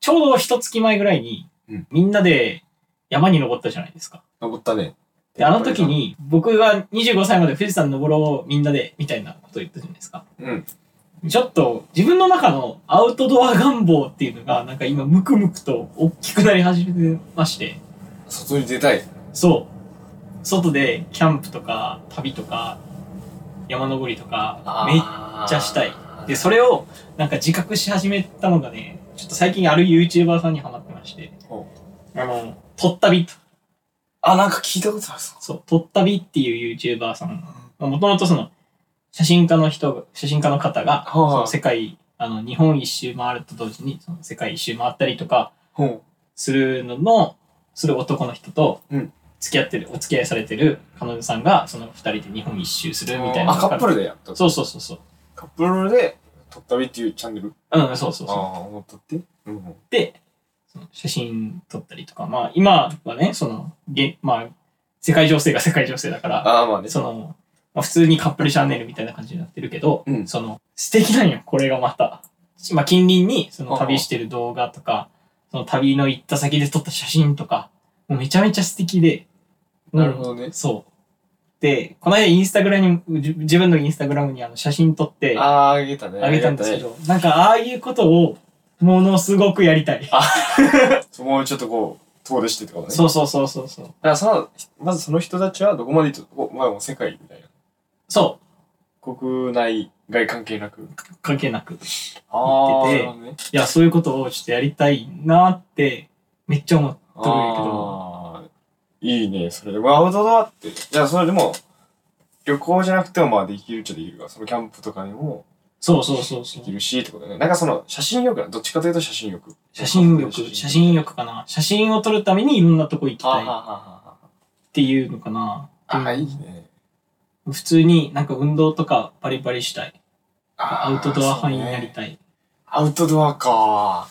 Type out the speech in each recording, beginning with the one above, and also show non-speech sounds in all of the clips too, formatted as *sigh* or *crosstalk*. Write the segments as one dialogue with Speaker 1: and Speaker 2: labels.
Speaker 1: ちょうど一月前ぐらいに、
Speaker 2: うん
Speaker 1: みんなで山に登ったじゃないですか。
Speaker 2: 登ったね。
Speaker 1: で、あの時。に、僕が25歳まで富士山登ろうみんなで、みたいなこと言ったじゃないですか。
Speaker 2: うん。
Speaker 1: ちょっと、自分の中のアウトドア願望っていうのが、なんか今、ムクムクと大きくなり始めまして、
Speaker 2: 外に出たい。
Speaker 1: そう。外で、キャンプとか、旅とか、山登りとか、めっちゃしたい。で、そ
Speaker 2: れ。
Speaker 1: れを、なんか自覚し始めたのがね、ちょっと最近ある YouTuber さんにハマってまして
Speaker 2: ほ、
Speaker 1: あの、とったびと、
Speaker 2: あ、なんか聞いたことあるぞ。
Speaker 1: そう、とったびっていう YouTuber さん、もともとその、写真家の人が、写真家の方が、
Speaker 2: はい
Speaker 1: その世界、あの、日本一周回ると同時に、その世界一周回ったりとか、
Speaker 2: ほう。
Speaker 1: するのの、する男の人と
Speaker 2: うん、
Speaker 1: 付き合ってる、お付き合いされてる彼女さんが、その二人で日本一周するみたいな。
Speaker 2: あ、カップルでやった。
Speaker 1: そうそうそうそう。
Speaker 2: カップルで、撮ったびっていうチャンネル。
Speaker 1: うん、そうそう
Speaker 2: あ
Speaker 1: そう。
Speaker 2: あ、思ったって。うん。
Speaker 1: で、その写真撮ったりとか、まあ今はね、その、げまあ、世界情勢が世界情勢だから、
Speaker 2: ああ、まあね。
Speaker 1: その、まあ、普通にカップルチャンネルみたいな感じになってるけど、
Speaker 2: うん
Speaker 1: その、素敵なんよ、これがまた。まあ、近隣に、そ
Speaker 2: あ
Speaker 1: の
Speaker 2: あ
Speaker 1: 旅してる動画とか、その旅の行った先で撮った写真とか、もうめちゃめちゃ素敵で。
Speaker 2: なるほ
Speaker 1: ど。
Speaker 2: どね。
Speaker 1: そう。で、この間インスタグラムに、じ自分のインスタグラムにあの写真撮って、あ
Speaker 2: ああ、あげたね。
Speaker 1: げたんですけ
Speaker 2: あげ
Speaker 1: ど、なんかああいうことを、ものすごくやりたい。
Speaker 2: たね。そうもうちょっとこう、遠出してってことね。
Speaker 1: そうそうそうそうそう。
Speaker 2: だからさ、まずその人たちはどこまで行っおまあもう世界みたいな。
Speaker 1: そ
Speaker 2: 国内外関係なく。
Speaker 1: う。関係なく。い
Speaker 2: あ
Speaker 1: ーなるほや、そういうことをちょっとやりたいなって、めっちゃ思ってるけど。
Speaker 2: あーいいね、それで。まあ、アウトドアって。じゃあ、それでも、旅行じゃなくても、まあ、できるっちゃできるから、そのキャンプとかにも
Speaker 1: そうそうそうそ
Speaker 2: で
Speaker 1: う
Speaker 2: き。るし、ってことだよね。なんかその、写真力などっちかというと写真力。
Speaker 1: 写真力、写真力かな。写真を撮るためにいろんなとこ行き
Speaker 2: あ
Speaker 1: た
Speaker 2: はいは
Speaker 1: っ
Speaker 2: は
Speaker 1: ていうのかな。
Speaker 2: はあ、
Speaker 1: うん
Speaker 2: いいね。
Speaker 1: 普通になんか運動とかバリバリしたい。ア
Speaker 2: ア
Speaker 1: ウトドア派になりたい。
Speaker 2: アウトドアか。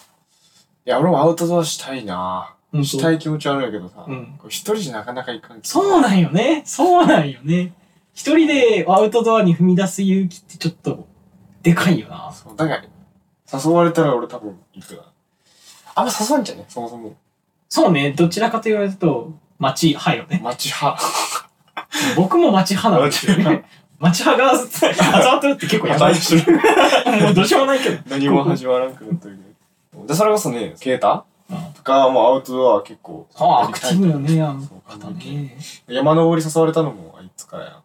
Speaker 2: いや、俺もアウトドアしたいな。
Speaker 1: うん
Speaker 2: し
Speaker 1: そ
Speaker 2: た
Speaker 1: う
Speaker 2: い気持ちはあるんやけどさ、
Speaker 1: うん
Speaker 2: こう一人じゃなかなか行かん
Speaker 1: そうなんよね。そうなんよね。一人でアウトドアに踏み出す勇気ってちょっとでかいよな。
Speaker 2: そうだから、誘われたら俺多分行くな。あんま誘わんじゃねそもそも。
Speaker 1: そうね。どちらかと言われると、街派よね。
Speaker 2: 街派。 *laughs*
Speaker 1: 僕も街派なんですよね。街派が集まってるって結構やばい。
Speaker 2: する。
Speaker 1: もうどうしようもないけど。
Speaker 2: 何も始まらんくなったけど。で、それこそね、ケータ
Speaker 1: うん
Speaker 2: とか、もうアウトドア結構。
Speaker 1: あアクティブよね、あの
Speaker 2: そう
Speaker 1: 方ね。
Speaker 2: 山登り誘われたのもあいつからや。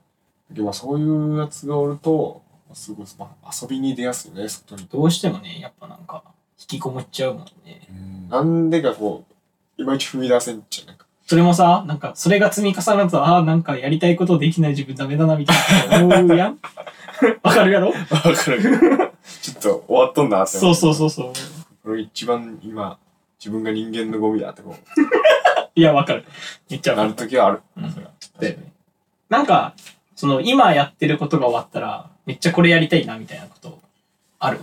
Speaker 2: でもそういうやつがおると、すごい、まあ、遊びに出やすいよね、外に。
Speaker 1: どうしてもね、やっぱなんか、引きこもっちゃうもんね。
Speaker 2: なんでかこう、いまいち踏み出せんっちゃなんか。
Speaker 1: それもさ、なんか、それが積み重なると、ああ、なんかやりたいことできない自分ダメだな、みたいな思うやん。 *laughs* わかるやろ
Speaker 2: わかる。 *laughs* ちょっと終わっとんなって思
Speaker 1: そうそうそうそう。
Speaker 2: これ一番今、自分が人間のゴミだってこ
Speaker 1: いや、わかる。めっちゃ
Speaker 2: う、な
Speaker 1: わ
Speaker 2: る
Speaker 1: か
Speaker 2: ときはある。
Speaker 1: る。うん
Speaker 2: それは
Speaker 1: 確かになんか、その、今やってることが終わったら、めっちゃこれやりたいな、みたいなこと、ある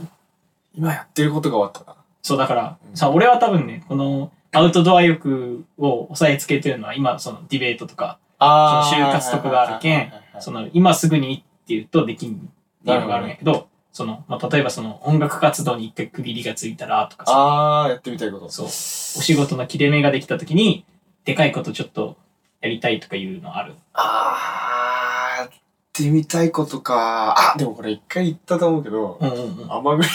Speaker 2: 今やってることが終わったな。
Speaker 1: そう、だから、
Speaker 2: うん
Speaker 1: さ、俺は多分ね、この、アウトドア欲を抑えつけてるのは、今、その、ディベートとか、
Speaker 2: あ
Speaker 1: その就活とかがあるけん、その、今すぐにって言うとできんっていうのがあるんやけど、その、まあ、例えばその音楽活動に一回区切りがついたらとかさ、
Speaker 2: あー、やってみたいこと。
Speaker 1: そう、お仕事の切れ目ができた時に、でかいことちょっとやりたいとかいうのある。
Speaker 2: あー、やってみたいことか。あ、でもこれ一回言ったと思うけど、
Speaker 1: うんうんうん。
Speaker 2: 甘栗、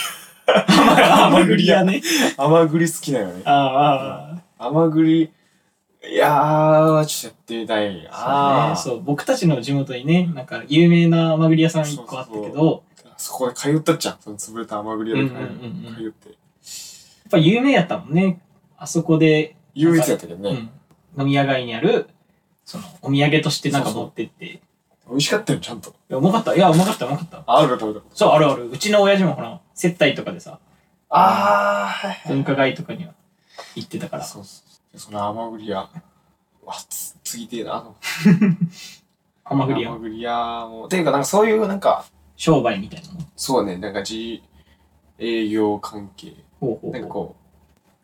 Speaker 2: *laughs*
Speaker 1: 甘栗やね。
Speaker 2: 甘栗好きなよね。
Speaker 1: あ
Speaker 2: 甘栗、いやー、ちょっとやってみたい。
Speaker 1: あ、ああ、
Speaker 2: あー、
Speaker 1: そう、僕たちの地元にね、なんか有名な甘栗屋さん一個あったけど、
Speaker 2: そうそうそこで通ったっちゃん。その潰れた甘栗屋で通,、
Speaker 1: うんうんうんうん
Speaker 2: 通って。
Speaker 1: やっぱ有名やったもんね。あそこで、
Speaker 2: 唯一やったけどね。
Speaker 1: うん、飲み屋街にある、その、お土産としてなんか持ってって、
Speaker 2: 美味しかったよ、ちゃんと。
Speaker 1: いや、うまかった。いや、うまかった、うまかった。
Speaker 2: ある食べたこと。
Speaker 1: そう、あるある。うちの親父もほら、接待とかでさ、
Speaker 2: あー、はいはい。
Speaker 1: 文化街とかには行ってたから。
Speaker 2: そうそうそう。その甘栗屋。わ、つ、つぎてえな。あの
Speaker 1: 甘栗屋。
Speaker 2: 栗屋も。ていうか、なんかそういう、なんか、
Speaker 1: 商売みたいなの。
Speaker 2: そうね、なんか自営業関係。
Speaker 1: ほうほ
Speaker 2: なん
Speaker 1: う
Speaker 2: か
Speaker 1: ほう。
Speaker 2: こ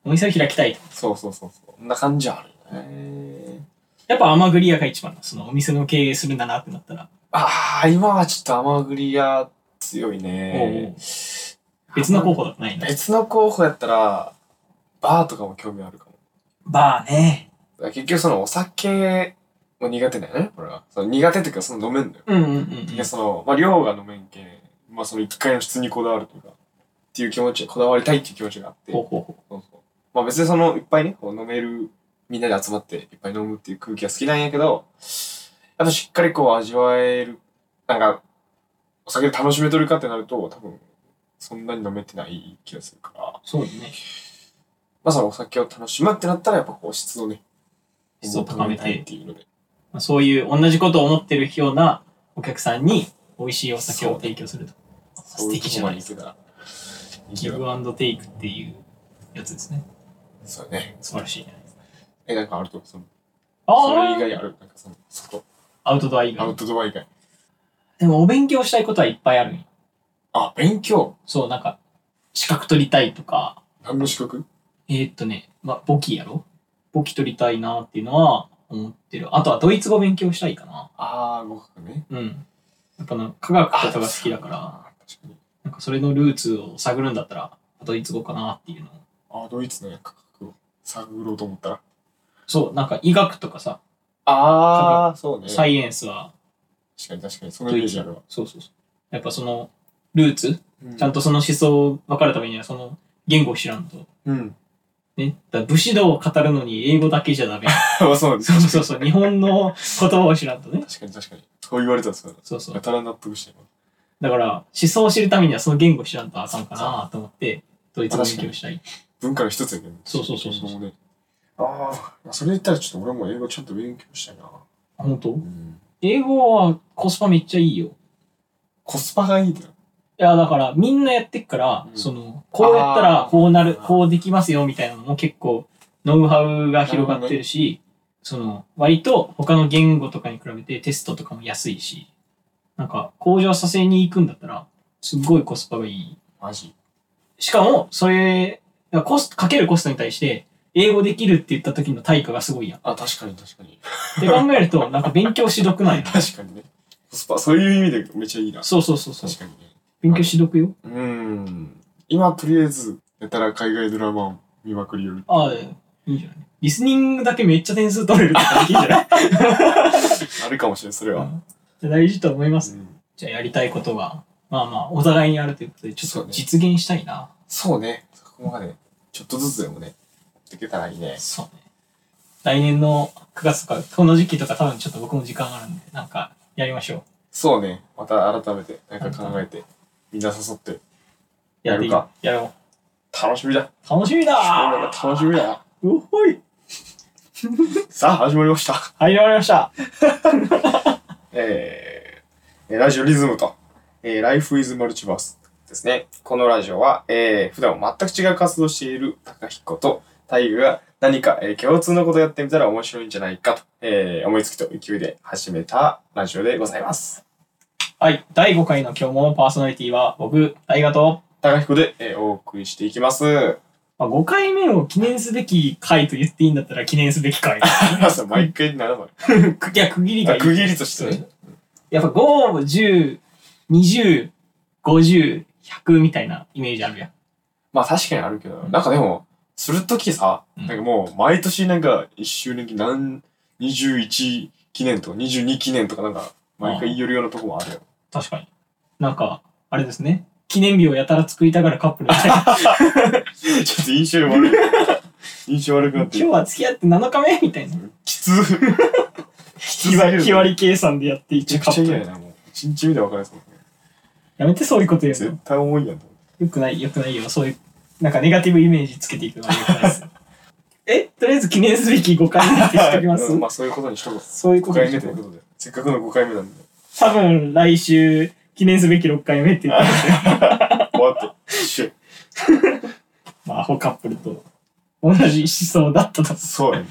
Speaker 1: お店を開きたいと。
Speaker 2: う、そうそうそうそう。こんな感じあるよね。
Speaker 1: やっぱ甘栗屋が一番だ。そのお店の経営するならってなったら。
Speaker 2: ああ、今はちょっと甘栗屋強い
Speaker 1: おうお
Speaker 2: ね
Speaker 1: う。別の候補だとないな。
Speaker 2: 別の候補やったら、バーとかも興味あるかも。
Speaker 1: バーね。
Speaker 2: だから結局そのお酒も苦手だよね、俺は。その苦手っていうか、その飲めんだよ。
Speaker 1: うんうんうん。
Speaker 2: いや、その、まあ、量が飲めんけん、まあ、その一回の質にこだわるというか、っていう気持ち、こだわりたいっていう気持ちがあって、
Speaker 1: ほう
Speaker 2: そう
Speaker 1: ほうほ
Speaker 2: そうまあ、別にその、いっぱいね、こう飲める、みんなで集まっていっぱい飲むっていう空気が好きなんやけど、あとしっかりこう味わえる、なんか、お酒で楽しめとるかってなると、多分、そんなに飲めてない気がするから、ま
Speaker 1: う。そうだね。
Speaker 2: あ、そのお酒を楽しむってなったら、やっぱこう、質をね、
Speaker 1: 質を高めたい
Speaker 2: っていうので。
Speaker 1: まあそういう同じことを思ってるようなお客さんに美味しいお酒を提供すると。素敵じゃないですか。ギブアンドテイクっていうやつですね。
Speaker 2: そうだね。
Speaker 1: 素晴らしいじゃないですか。
Speaker 2: え、なんかあると、その、それ
Speaker 1: あ
Speaker 2: 以
Speaker 1: あ
Speaker 2: 外あるなんかその、そこ、
Speaker 1: アウトドア以
Speaker 2: ア
Speaker 1: 外
Speaker 2: ウ。トドア以外。
Speaker 1: でもお勉強したいことはいっぱいあるんよ
Speaker 2: あ、勉強
Speaker 1: そう、なんか、資格取りたいとか、
Speaker 2: 何の資格
Speaker 1: えーっとね、まあ、簿記やろ簿記取りたいなっていうのは思ってる。あとはドイツ語勉強したいかな。
Speaker 2: あー、語学ね。
Speaker 1: うん。やっぱな、科学とかが好きだから、
Speaker 2: あ。確かに。
Speaker 1: なんかそれのルーツを探るんだったら、ドイツ語かなっていうの。
Speaker 2: あー、ドイツの価格を探ろうと思ったら。
Speaker 1: そう、なんか医学とかさ、
Speaker 2: あー、そうね。
Speaker 1: サ
Speaker 2: 確
Speaker 1: イエンスは、
Speaker 2: かに確かに、その
Speaker 1: ド
Speaker 2: イメー
Speaker 1: イ
Speaker 2: ジ
Speaker 1: ツ
Speaker 2: あるわ。
Speaker 1: そうそうそう。やっぱその、ルーツ、
Speaker 2: う
Speaker 1: ちゃんとその思想を分かるためには、その言語を知らんと。
Speaker 2: うん。
Speaker 1: ね。だから武士道を語るのに英語だけじゃダメ。
Speaker 2: あ、そうね。
Speaker 1: そうそうそう。日本の言葉を知らんとね。
Speaker 2: 確かに確かに。そう言われたらそうだ。
Speaker 1: そうそう
Speaker 2: や。たら納得してる。
Speaker 1: だから、思想を知るためにはその言語を知らんとあかんかなと思って、ドイツ語勉強したい。
Speaker 2: 文化の一つやけどね。
Speaker 1: そうそうそうそう
Speaker 2: 英語もね。あー、それ言ったらちょっと俺も英語ちゃんと勉強したいな。
Speaker 1: 本当
Speaker 2: うん。
Speaker 1: 英語はコスパめっちゃいいよ。い
Speaker 2: コスパがいいだよ。
Speaker 1: や、だから、みんなやってっから、
Speaker 2: うん
Speaker 1: その、こうやったら
Speaker 2: あー
Speaker 1: こうなる、こうできますよみたいなのも結構、ノウハウが広がってるし、その、割と他の言語とかに比べてテストとかも安いし、なんか、向上させに行くんだったら、すっごいコスパがいい。
Speaker 2: マジ。
Speaker 1: しかも、それ、コスト、かけるコストに対して、英語できるって言った時の対価がすごいやん
Speaker 2: あ、確かに確かに。
Speaker 1: って考える
Speaker 2: *laughs*
Speaker 1: と、なんか勉強しどくない
Speaker 2: 確かにね。コスパ、そういう意味でめっちゃいいな。
Speaker 1: そうそうそうそう
Speaker 2: 確。かにね。
Speaker 1: 勉強しどくよ。
Speaker 2: うーん。今、とりあえず、やたら海外ドラマを見まくりよる。
Speaker 1: ああ、いいんじゃないリスニングだけめっちゃ点数取れるとかいいんじゃない
Speaker 2: *laughs* あるかもしれん、それは。
Speaker 1: うん大事と思います。
Speaker 2: うん
Speaker 1: じゃあやりたいことが、まあまあ、お互いにあるということで、ちょ
Speaker 2: そ
Speaker 1: っ
Speaker 2: う
Speaker 1: と
Speaker 2: ね
Speaker 1: 実現したいな。
Speaker 2: そうね。そこまで、ちょっとずつでもね、持っていけたらいいね。
Speaker 1: そうね。来年の9月とか、この時期とか多分ちょっと僕も時間があるんで、なんかやりましょう。
Speaker 2: そうね。また改めて、なんか考えて、みんな誘って、や
Speaker 1: って
Speaker 2: るか。
Speaker 1: やろ
Speaker 2: 楽しみだ。
Speaker 1: う。楽しみ
Speaker 2: 俺
Speaker 1: だ
Speaker 2: ら楽しみだ。
Speaker 1: うっほい
Speaker 2: さあ、始まりました。
Speaker 1: はい、終わりました。
Speaker 2: えーえーラジオリズムと、えー、Life is Multiverse ですね。このラジオは、えー普段は全く違う活動をしている高彦と大イが何か、えー共通のことをやってみたら面白いんじゃないかと、えー思いつきと勢いで始めたラジオでございます。
Speaker 1: はい、第5回の今日もパーソナリティは僕、大河と、
Speaker 2: 高彦で、えーお送りしていきます。
Speaker 1: *laughs* まあ、5回目を記念すべき回と言ってい *laughs* いんだったら記念すべき回。
Speaker 2: 朝毎回ならば、
Speaker 1: くいや、区切りがい
Speaker 2: あ
Speaker 1: い。
Speaker 2: 区切りとしてね。
Speaker 1: やっぱ5、10、20、50、100みたいなイメージあるやん。
Speaker 2: まあ確かにあるけど、なんかでも、するときさ、
Speaker 1: うん
Speaker 2: なんかもう毎年なんか1周年記念、21記念とか22記念とかなんか、毎回言えるようなとこもあるよ。
Speaker 1: 確かに。なんか、あれですね。記念日をやたら作りたがるカップルみたい
Speaker 2: *laughs*
Speaker 1: な。
Speaker 2: ちょっと印象 *laughs* 悪い。印象悪くなっ
Speaker 1: 今
Speaker 2: て
Speaker 1: 日
Speaker 2: る。
Speaker 1: は付き合って7日目みたいな。
Speaker 2: きつ。きつす
Speaker 1: 日
Speaker 2: ぎ
Speaker 1: 割
Speaker 2: る。
Speaker 1: り日割り計算でやって
Speaker 2: めち
Speaker 1: 一
Speaker 2: ゃ
Speaker 1: 応カ
Speaker 2: く
Speaker 1: ッ
Speaker 2: ちゃ
Speaker 1: プ
Speaker 2: 嫌
Speaker 1: ル。
Speaker 2: やな、もう。一日目で分かるやつもんね。
Speaker 1: やめてそういうこと言う
Speaker 2: 絶
Speaker 1: の。
Speaker 2: 対重いやんと思
Speaker 1: よくない、よくないよ。そういう、なんかネガティブイメージつけていくのはよくない
Speaker 2: *laughs*
Speaker 1: です。え、とりあえず記念すべき5回目ってし
Speaker 2: って
Speaker 1: ときま
Speaker 2: *laughs*
Speaker 1: す
Speaker 2: うんまあそういうことにしとこう。
Speaker 1: そういうこ
Speaker 2: 5
Speaker 1: とで
Speaker 2: 回
Speaker 1: し
Speaker 2: 目
Speaker 1: ょ
Speaker 2: ということで。せっかくの5回目なんで。
Speaker 1: 多分来週記念すべき6回目って言ってましたよ。
Speaker 2: 終わ *laughs* って。シュッ
Speaker 1: まあ、アホカップルと同じ思想だったと
Speaker 2: そう *laughs* やね。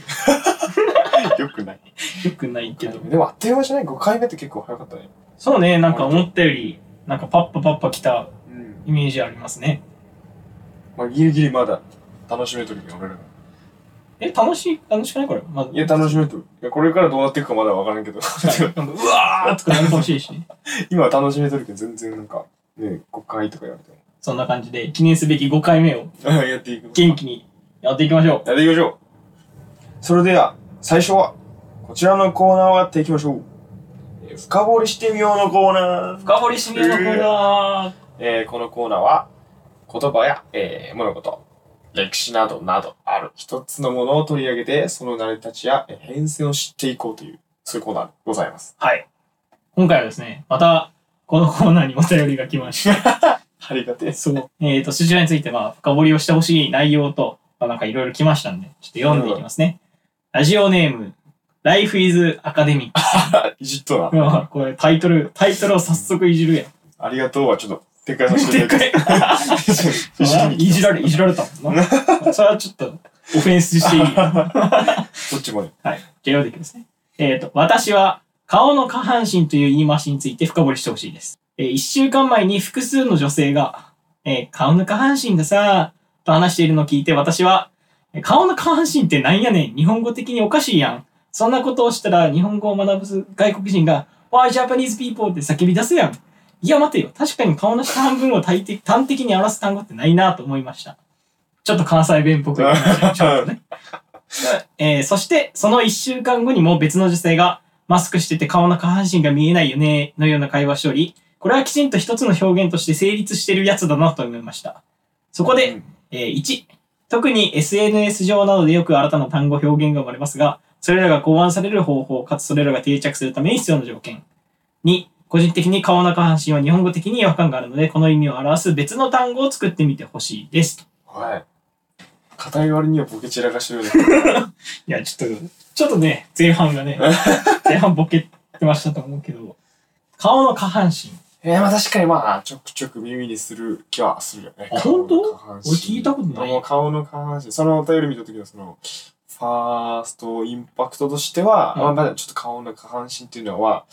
Speaker 2: よくない。
Speaker 1: よくないけど。
Speaker 2: でもあっという間じゃない ?5 回目って結構早かったね。
Speaker 1: そうね、なんか思ったより、なんかパッパパッパ来た
Speaker 2: うん。
Speaker 1: イメージありますね。
Speaker 2: まあ、ギリギリまだ楽しめとるけど、俺らが。
Speaker 1: え、楽しい、楽しくないこれ。 *laughs* まあ、
Speaker 2: いや、楽しめとる。いや、これからどうなっていくかまだわからんけど。 *laughs*
Speaker 1: 確かになんかうわーとかなるかもしれんしね。
Speaker 2: 今は楽しめとるけど、全然なんか、ね、5回とかやめて
Speaker 1: そんな感じで、記念すべき5回目を
Speaker 2: も。やっていく。
Speaker 1: 元気にやっていきましょ
Speaker 2: やっていきましょう。それでは、最初は、こちらのコーナーをやっていきましょう。えー深掘りしてみようのコーナ
Speaker 1: う
Speaker 2: ー。
Speaker 1: 深掘りしみのコーナー
Speaker 2: えーこのコーナーは、言葉や、えー物事、歴史などなどある一つのものを取り上げて、その成り立ちやえー変遷を知っていこうという、そういうコーナーでございます。
Speaker 1: はい。今回はですね、また、このコーナーにお便りが来ました。
Speaker 2: ありがてえ。
Speaker 1: そう。えっ、と、そちらについて、まあ、深掘りをしてほしい内容と、まあ、なんかいろいろ来ましたんで、ちょっと読んでいきますね。ラジオネーム、Life is Academic。
Speaker 2: いじっとうな。
Speaker 1: まあこれタイトル、タイトルを早速いじるやん。
Speaker 2: ありがとうはちょっと、撤回させていただきます。いじりに
Speaker 1: いじられ、いじられたもんな。それはちょっと、オフェンスしていい。
Speaker 2: どっちもね。
Speaker 1: はい。じゃあ読んでいきますね。えっ、と、私は顔の下半身という言い回しについて深掘りしてほしいです。えー一週間前に複数の女性が、えー顔の下半身がさ、と話しているのを聞いて私は、えー顔の下半身ってなんやねん。日本語的におかしいやん。そんなことをしたら日本語を学ぶ外国人が、Why Japanese people って叫び出すやん。いや待てよ。確かに顔の下半分を端的端的に表す単語ってないなと思いました。ちょっと関西弁っぽく言いましたねちょっとね。えーそして、その一週間後にも別の女性が、マスクしてて顔の下半身が見えないよね、のような会話しており、これはきちんと一つの表現として成立してるやつだなと思いました。そこで、
Speaker 2: うん、
Speaker 1: えー1、特に SNS 上などでよく新たな単語表現が生まれますが、それらが考案される方法、かつそれらが定着するために必要な条件。2、個人的に顔の下半身は日本語的に違和感があるので、この意味を表す別の単語を作ってみてほしいです。
Speaker 2: はい。硬い割にはボケ散らかしてる
Speaker 1: *laughs*
Speaker 2: ね。
Speaker 1: いや、ちょっと、ちょっとね、前半がね、
Speaker 2: *laughs*
Speaker 1: 前半ボケてましたと思うけど、顔の下半身。
Speaker 2: えー、まあ確かにまあ、ちょくちょく耳にする気はするよね。
Speaker 1: あ本当
Speaker 2: 顔の下半身
Speaker 1: 俺聞いたことない
Speaker 2: もう顔の下半身、そのお便り見た時のその、ファーストインパクトとしては、
Speaker 1: うん
Speaker 2: まあまだちょっと顔の下半身っていうのは、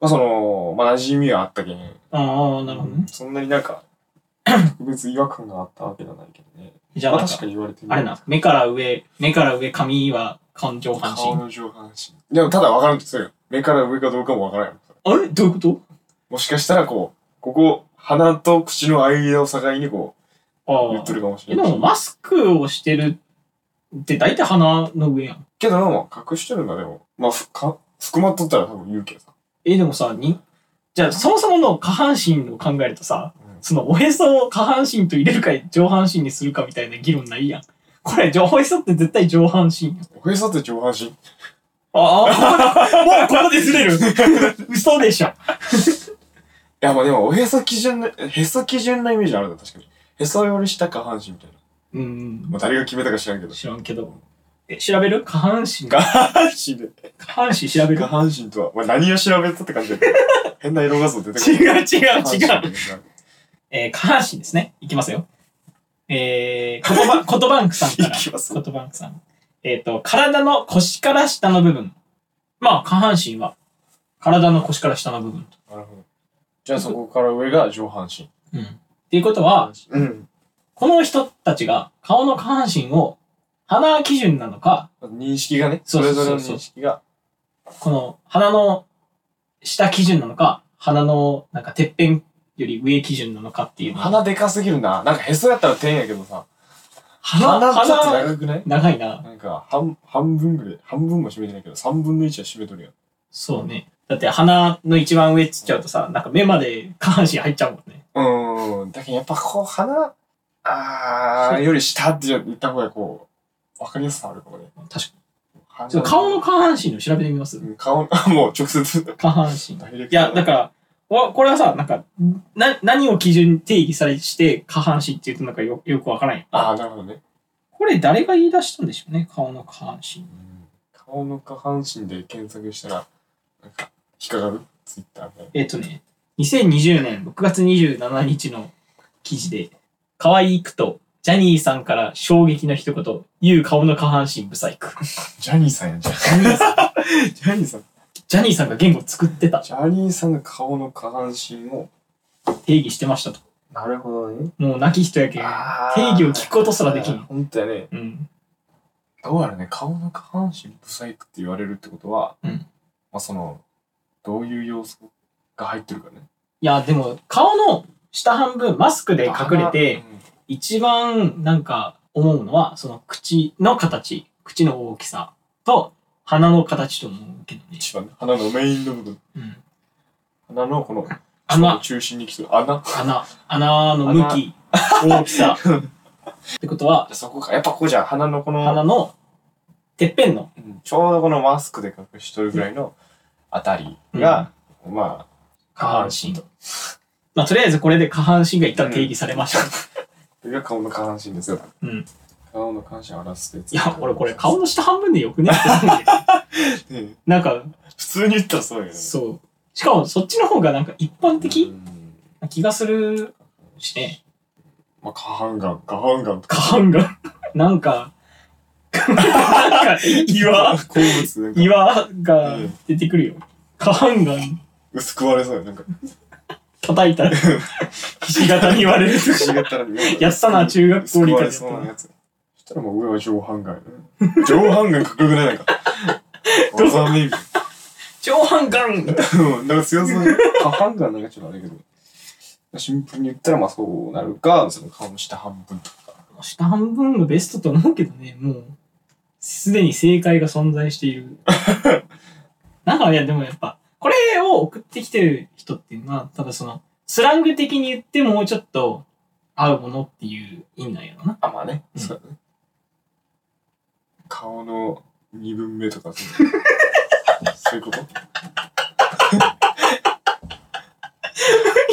Speaker 2: まあその、まあ馴染みはあったけん、
Speaker 1: ああ、なるほどね。
Speaker 2: そんなになんか、 *clears throat* 特別違和感があったわけじゃないけどね。
Speaker 1: じゃあ
Speaker 2: まあ
Speaker 1: なん
Speaker 2: 確
Speaker 1: か
Speaker 2: か、に言われてみ
Speaker 1: あ
Speaker 2: れ
Speaker 1: れ
Speaker 2: ば
Speaker 1: な、目から上、目から上、髪は感情半
Speaker 2: 顔
Speaker 1: 身。
Speaker 2: の上半身。でもただわからんとするよ。目から上かどうかもわからんよ。
Speaker 1: あれどういうこと
Speaker 2: もしかしたらこう、ここ、鼻と口の間を境にこう、言
Speaker 1: あ
Speaker 2: っ
Speaker 1: あ
Speaker 2: て。るかもし
Speaker 1: え
Speaker 2: れ
Speaker 1: で
Speaker 2: ない。
Speaker 1: も、マスクをしてるって大体鼻の上やん。
Speaker 2: けども、隠してるんだ、でも。まあ、ふか、含まっとったら多分言うけどさ。
Speaker 1: え、でもさ、に、じゃあそもそもの下半身を考えるとさ、
Speaker 2: うん
Speaker 1: そのおへそを下半身と入れるか上半身にするかみたいな議論ないやん。これ、おへそって絶対上半身やん
Speaker 2: おへそって上半身 *laughs*
Speaker 1: ああ、 *laughs* もうここでずれる。嘘でしょ。
Speaker 2: いや、まあでも、おへそ基準の、へそ基準のイメージあるな、確かに。へそより下下半身みたいな。
Speaker 1: うん
Speaker 2: まあ、誰が決めたか知らんけど。
Speaker 1: 知らんけど。え、調べる下半身。下
Speaker 2: 下半身で。
Speaker 1: 半身調べる
Speaker 2: 下半身とは、まあ、何を調べたって感じだけど。変な色画像出て
Speaker 1: 違う違う違う。
Speaker 2: 下半身で
Speaker 1: えー下半身ですね。いきますよ。えー、言 *laughs* 葉、言葉んくさんから。
Speaker 2: いきます。
Speaker 1: 言葉んくさん。えっ、と、体の腰から下の部分。まあ、下半身は、体の腰から下の部分。
Speaker 2: なるほど。じゃあそこから上が上半身。
Speaker 1: うん。っていうことは、
Speaker 2: うん。
Speaker 1: この人たちが顔の下半身を、鼻基準なのか、
Speaker 2: 認識がね、
Speaker 1: そ
Speaker 2: そ
Speaker 1: そ
Speaker 2: うれ
Speaker 1: うそ
Speaker 2: ぞ
Speaker 1: う
Speaker 2: れ
Speaker 1: そ
Speaker 2: の
Speaker 1: う
Speaker 2: 認識が。
Speaker 1: この鼻の下基準なのか、鼻のなんかてっぺんより上基準なのかっていうのは。
Speaker 2: 鼻でかすぎるな。なんかへそやったら点やけどさ。
Speaker 1: 鼻
Speaker 2: 鼻ちょっと
Speaker 1: 鼻
Speaker 2: 長くない
Speaker 1: 長いな。
Speaker 2: なんか、半、半分ぐらい、半分も占めてないけど、三分の一は占めとるやん。
Speaker 1: そうね。だって鼻の一番上っつっちゃうとさ、なんか目まで下半身入っちゃうもんね。
Speaker 2: うーん。だけどやっぱこう、鼻、あー、より下って言った方がこう、わかりやすさあるかもね。
Speaker 1: 確かに。
Speaker 2: 鼻
Speaker 1: ちょっと顔の下半身の調べてみます
Speaker 2: うん顔の、 *laughs* もう直接、
Speaker 1: 下半身。い
Speaker 2: ダイレクト
Speaker 1: や、だから、わこれはさ、なんか、な、何を基準に定義されして下半身って言うとなんかよよくわからんよ。
Speaker 2: あー、なるほどね。
Speaker 1: これ誰が言い出したんでしょうね、顔の下半身。
Speaker 2: 顔の下半身で検索したら、なんか、引っかかるツイッターみたいな。
Speaker 1: えっとね、2020年6月27日の記事で、可愛くとジャニーさんから衝撃の一言、言う顔の下半身ブサイク。
Speaker 2: ジャニーさんやん、じゃん。ジ
Speaker 1: *laughs* ジャニーさん
Speaker 2: ャニーさん。
Speaker 1: ジャニーさんが言語作ってた、
Speaker 2: ジャニーさんが顔の下半身を、
Speaker 1: 定義してましたと。
Speaker 2: なるほどね。
Speaker 1: もう泣き人やけん。定義を聞くことすらできん。
Speaker 2: 本当やね。
Speaker 1: うん。
Speaker 2: どうやらね、顔の下半身ブサイクって言われるってことは、
Speaker 1: うん
Speaker 2: まあその、どういう要素が入ってるかね。
Speaker 1: いや、でも顔の下半分、マスクで隠れて、、一番なんか思うのは、その口の形、口の大きさと鼻の形と思うけどね。
Speaker 2: 一番ね、鼻のメインの部分。
Speaker 1: うん。
Speaker 2: 鼻のこの、一番
Speaker 1: 穴、
Speaker 2: 中心に来てる穴。
Speaker 1: 穴、穴の向 *laughs* き、大き *laughs* さ。ってことは、
Speaker 2: そこか。やっぱここじゃん。鼻のこの、
Speaker 1: 鼻のてっぺんの。
Speaker 2: うんちょうどこのマスクで隠しとるぐらいのあたりが、まあ、
Speaker 1: 下半身。まあ、とりあえずこれで下半身が一旦定義されました。
Speaker 2: これが顔の下半身ですよ。
Speaker 1: うん。
Speaker 2: 顔の下半身を表すスペース。
Speaker 1: いや、俺これ顔の下半分でよくねって思うんだけど
Speaker 2: ね
Speaker 1: なんか、
Speaker 2: 普通に言ったらそうよね。
Speaker 1: そう。しかもそっちの方がなんか一般的
Speaker 2: うん
Speaker 1: な気がするしね。
Speaker 2: まあ、下半眼、下半眼
Speaker 1: 下
Speaker 2: とか。
Speaker 1: 半が。 *laughs* なんか、なんか岩、
Speaker 2: 好物なんか
Speaker 1: 岩が出てくるよ。下半が
Speaker 2: 薄く割れそうよ。なんか、
Speaker 1: 叩いたら、 *laughs* ひし形に割れる。
Speaker 2: *laughs* 不思議だったらね
Speaker 1: やったな中学校理科でやった
Speaker 2: そうなやつ。そしたらもう上は上半眼よね。上半眼かっこよくないなんか。
Speaker 1: *laughs* どう
Speaker 2: わざめいみたい
Speaker 1: 上半眼
Speaker 2: なうんなんか強そう。下半眼なんかちょ *laughs* っとあれだけど。シンプルに言ったらまあそうなるか、その顔の下半分とか。
Speaker 1: 下半分がベストと思うけどね、もう、すでに正解が存在してい *laughs* る。なんか、いや、でもやっぱ、これを送ってきてる人っていうのは、ただその、スラング的に言ってもうちょっと合うものっていう意味なんやろな。
Speaker 2: あ、まあね。
Speaker 1: うん
Speaker 2: そうだね。顔の二分目とか。 *laughs* そういうこと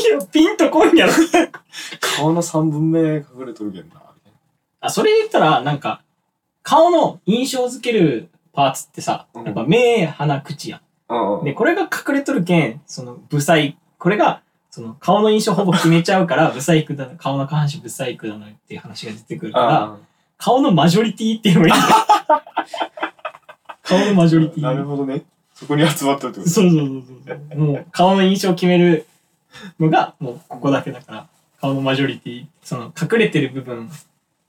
Speaker 1: いや、ピンとこんやろ。
Speaker 2: 顔の三分目隠れとるけんな。みたい
Speaker 1: あ、それ言ったら、なんか、顔の印象づけるパーツってさ、
Speaker 2: うん
Speaker 1: やっぱ目、鼻、口やん。
Speaker 2: なうんうん。
Speaker 1: で、これが隠れとるけん、その、不細、これが、その、顔の印象ほぼ決めちゃう
Speaker 2: *laughs*
Speaker 1: から、不細工だな、顔の下半身不細工だなっていう話が出てくるから、
Speaker 2: あ
Speaker 1: 顔のマジョリティっていうのがいいん
Speaker 2: *laughs*
Speaker 1: だよ。顔のマジョリテ
Speaker 2: あ。
Speaker 1: ィ。
Speaker 2: なるほどね。そこに集まってるってこと
Speaker 1: そうそうそうそう。もう、顔の印象を決めるのが、もう、ここだけだから、顔のマジョリティ、その、隠れてる部分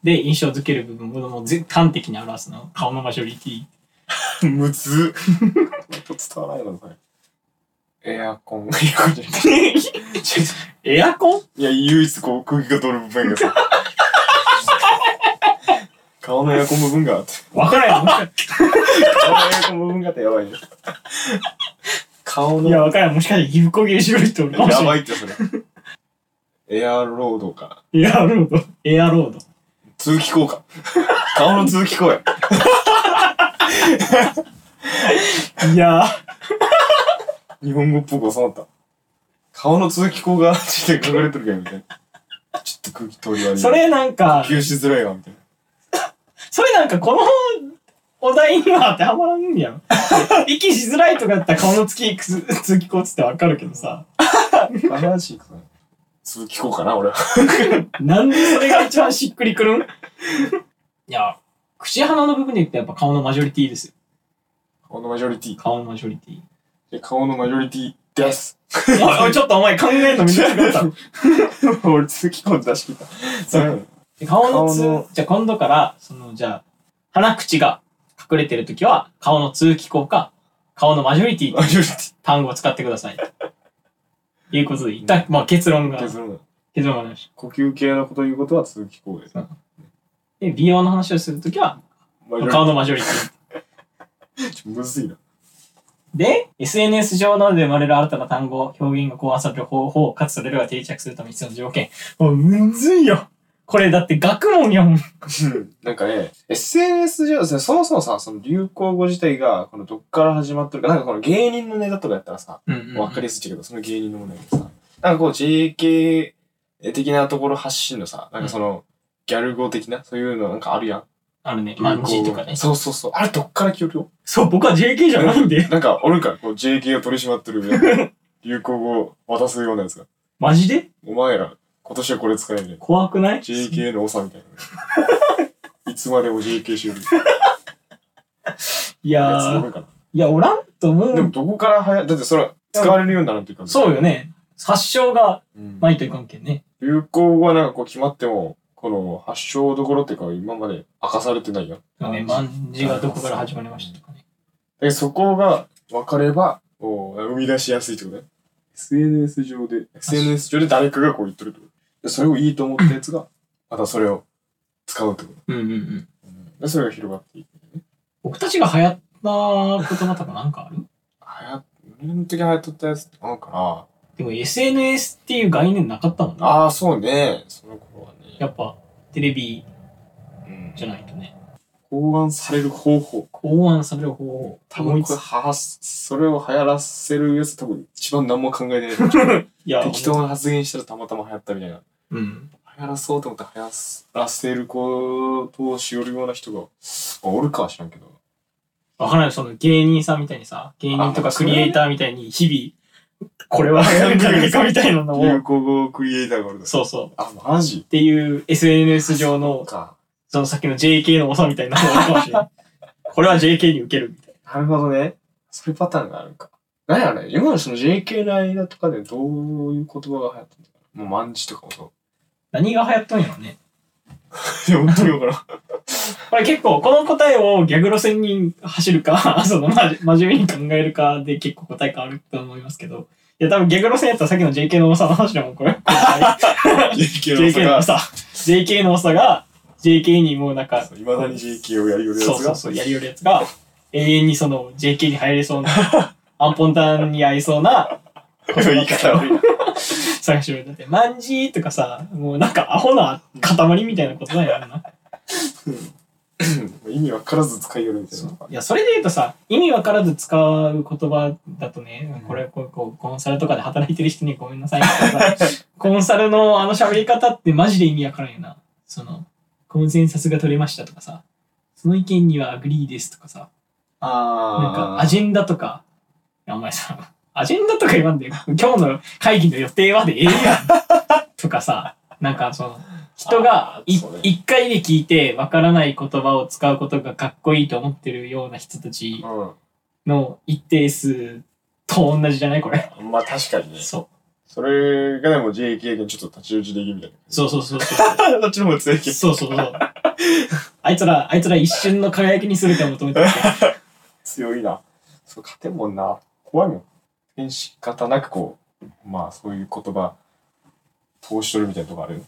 Speaker 1: で印象づける部分を、もう、全端的に表すの。顔のマジョリテ
Speaker 2: *laughs*
Speaker 1: ィ。
Speaker 2: むず *laughs* っ。と伝わらないのさ。エアコン。
Speaker 1: エアコン
Speaker 2: いや、唯一こう空気が通る部分がさ。 *laughs* 顔のエアコン部分があって。
Speaker 1: わからんやん。
Speaker 2: 顔のエアコン部分がってやばいね。顔の。
Speaker 1: いや、
Speaker 2: や
Speaker 1: わからん。もしかして、皮膚こげしろる人おるかもしれな
Speaker 2: ば
Speaker 1: い。
Speaker 2: いってそれ。エアロードか。
Speaker 1: エアロード。エアロード。
Speaker 2: 通気口か。顔の通気口や。
Speaker 1: いや
Speaker 2: 日本語っぽく収まった。顔の通気口がちょっと隠れてるけんみたいな。ちょっと空気通り悪
Speaker 1: ー、
Speaker 2: い。
Speaker 1: それなんか、
Speaker 2: 吸収しづらいわ、みたいな。
Speaker 1: それなんかこのお題には当てはまらんやろ。 *laughs* 息しづらいとかだったら顔のつき、くす通気口っつってわかるけどさ。
Speaker 2: 下半身かな続きこうかな、俺は。
Speaker 1: なんでそれが一番しっくりくるんいや、口鼻の部分で言ったらやっぱ顔のマジョリティですよ。
Speaker 2: 顔のマジョリティ
Speaker 1: 顔のマジョリティ。。
Speaker 2: で顔のマジョリティです。
Speaker 1: *laughs* おいおいちょっとお前考えるの短くなった。
Speaker 2: 俺、続きこう出し切った。そう。
Speaker 1: で顔のつ
Speaker 2: 顔の
Speaker 1: じゃあ今度から、その、じゃあ、鼻口が隠れてるときは、顔の通気口か、顔のマジョリティって
Speaker 2: マジョリテ
Speaker 1: 単語を使ってください。ということで、一旦、まあ結論が、
Speaker 2: ィ。結論だ。
Speaker 1: *laughs* 結論がありまし
Speaker 2: 呼吸系のこと言うことは続きこうです。
Speaker 1: そうた。で、美容の話をするときは、
Speaker 2: マジョリテ
Speaker 1: 顔のマジョリティ。
Speaker 2: ィ。ちょむずいな。
Speaker 1: で、SNS 上などで生まれる新たな単語、表現が考案される方法、かつそれらが定着するために必要な条件。もう、むずいよこれだって学問やもん。
Speaker 2: *laughs* なんかね、SNS 上ですね、そもそもさ、その流行語自体が、このどっから始まってるか、なんかこの芸人のネタとかやったらさ、
Speaker 1: うんうん
Speaker 2: わかりやすいけど、その芸人のものやけどさ、なんかこう JK 的なところ発信のさ、なんかその、ギャル語的な、そういうのなんかあるやん。
Speaker 1: あるね。マンジーとかね。
Speaker 2: そうそうそう。あれどっから来よるよ。
Speaker 1: そう、僕は JK じゃないんで。
Speaker 2: なんか、おるんか、こう JK を取り締まっ
Speaker 1: *laughs*
Speaker 2: てる流行語を渡すようなやつが。
Speaker 1: マジで
Speaker 2: お前ら、今年はこれ使えみたいな。
Speaker 1: 怖くない
Speaker 2: JK の長みたい
Speaker 1: *laughs*
Speaker 2: な。いつまでも JK しよる。
Speaker 1: い
Speaker 2: やつお
Speaker 1: や
Speaker 2: る
Speaker 1: ー、
Speaker 2: んか
Speaker 1: いや、おらんと思
Speaker 2: な。でも
Speaker 1: う。
Speaker 2: どこからはや、だってそれは使われるようになるっていうか。
Speaker 1: そうよね。発祥が
Speaker 2: うん。
Speaker 1: ないといかんけんね。
Speaker 2: 流行語はなんかこう決まっても、この発祥どころっていうか今まで明かされてないやん。
Speaker 1: そうね、マンジーがどこから始まりましたとかね。
Speaker 2: でそこが分かれば、お生み出しやすいってことね。SNS 上で、SNS 上で誰かがこう言ってるってこと。でそれをいいと思ったやつが、またそれを使うってこと。
Speaker 1: うんうんうん。
Speaker 2: でそれが広がっていく。
Speaker 1: 僕たちが流行った言葉とかなんかある
Speaker 2: はや、俺の時流行っとったやつってなんかな。
Speaker 1: でも SNS っていう概念なかったもんな。
Speaker 2: ああ、そうね。その頃はね。
Speaker 1: やっぱテレビ
Speaker 2: うん
Speaker 1: じゃないとね。
Speaker 2: 考案される方法。
Speaker 1: 考案される方法。
Speaker 2: 多分これ
Speaker 1: い
Speaker 2: はす、それを流行らせるやつ多分一番何も考え *laughs* てない。
Speaker 1: や、
Speaker 2: 適当な発言したらたまたま流行ったみたいな。
Speaker 1: うん。
Speaker 2: 流行らそうと思って流行らせることをしよるような人が、まあおるかは知らんけど。
Speaker 1: わからない。その芸人さんみたいにさ、芸人とか
Speaker 2: あそ
Speaker 1: ク
Speaker 2: れは
Speaker 1: リ
Speaker 2: ね
Speaker 1: エイターみたいに日々、これは流行るんじゃないかみたいなの
Speaker 2: 流
Speaker 1: を、
Speaker 2: 行語クリエイターがおるう。
Speaker 1: そうそう。っ
Speaker 2: あ、マジ
Speaker 1: ていう SNS 上の、
Speaker 2: か。
Speaker 1: そのさっきの JK の長みたいなのがあるかもしれ *laughs* ない。これは JK に受けるみたい
Speaker 2: なるほどね。そういうパターンがあるか。何やね今のその JK の間とかでどういう言葉が流行ってんのかなもう万字とかもそ
Speaker 1: な。何が流行ったんやろね。
Speaker 2: *laughs* う。いや、本当にわからん。
Speaker 1: これ結構、この答えをギャグ路線に走るか、 *laughs* その、まじ真面目に考えるかで結構答え変わると思いますけど。いや、多分ギャグ路線やったらさっきの JK の重さの話でも *laughs* これ。
Speaker 2: JK
Speaker 1: JK の
Speaker 2: が
Speaker 1: 重さ。JK の重さが、JK にもうなんか、
Speaker 2: いまだに JK をやりよるやつ
Speaker 1: そうそ
Speaker 2: が
Speaker 1: うそう、やりよるやつが、永遠にその JK に入れそうな、 *laughs* アンポンタンに合いそうな、
Speaker 2: 言い方 *laughs* 悪いな
Speaker 1: 探してる。だって、マンジーとかさ、もうなんかアホな塊みたいなことだよな。
Speaker 2: 意味わからず使いよるみたいな。
Speaker 1: いや、それで言うとさ、意味わからず使う言葉だとね
Speaker 2: うん、
Speaker 1: これ、こう、こうコンサルとかで働いてる人にごめんなさい *laughs* んだけどさコンサルのあの喋り方ってマジで意味わからんよな。その、コンセンサスが取れましたとかさ、その意見にはアグリーですとかさ、なん
Speaker 2: あ
Speaker 1: かアジェンダとか、いやお前さ、アジェンダとか言わんで、今日の会議の予定はでええやんとかさ、なんかその、人がい
Speaker 2: あーそうね
Speaker 1: 一回で聞いてわからない言葉を使うことがかっこいいと思ってるような人たちの一定数と同じじゃないこれ。
Speaker 2: うん。まあ確かにね。
Speaker 1: そ
Speaker 2: それがでも JK にちょっと立ち打ちできるみたいな。
Speaker 1: う。そうそうそうそう。
Speaker 2: あ *laughs* どっちの方が強いけど。
Speaker 1: そうそうそう。あいつら、あいつら一瞬の輝きに全てを求めてる。
Speaker 2: 強いな。そう、勝てんもんな。怖いもん。変仕方なくこう、まあそういう言葉、通しとるみたいなとこあるよ。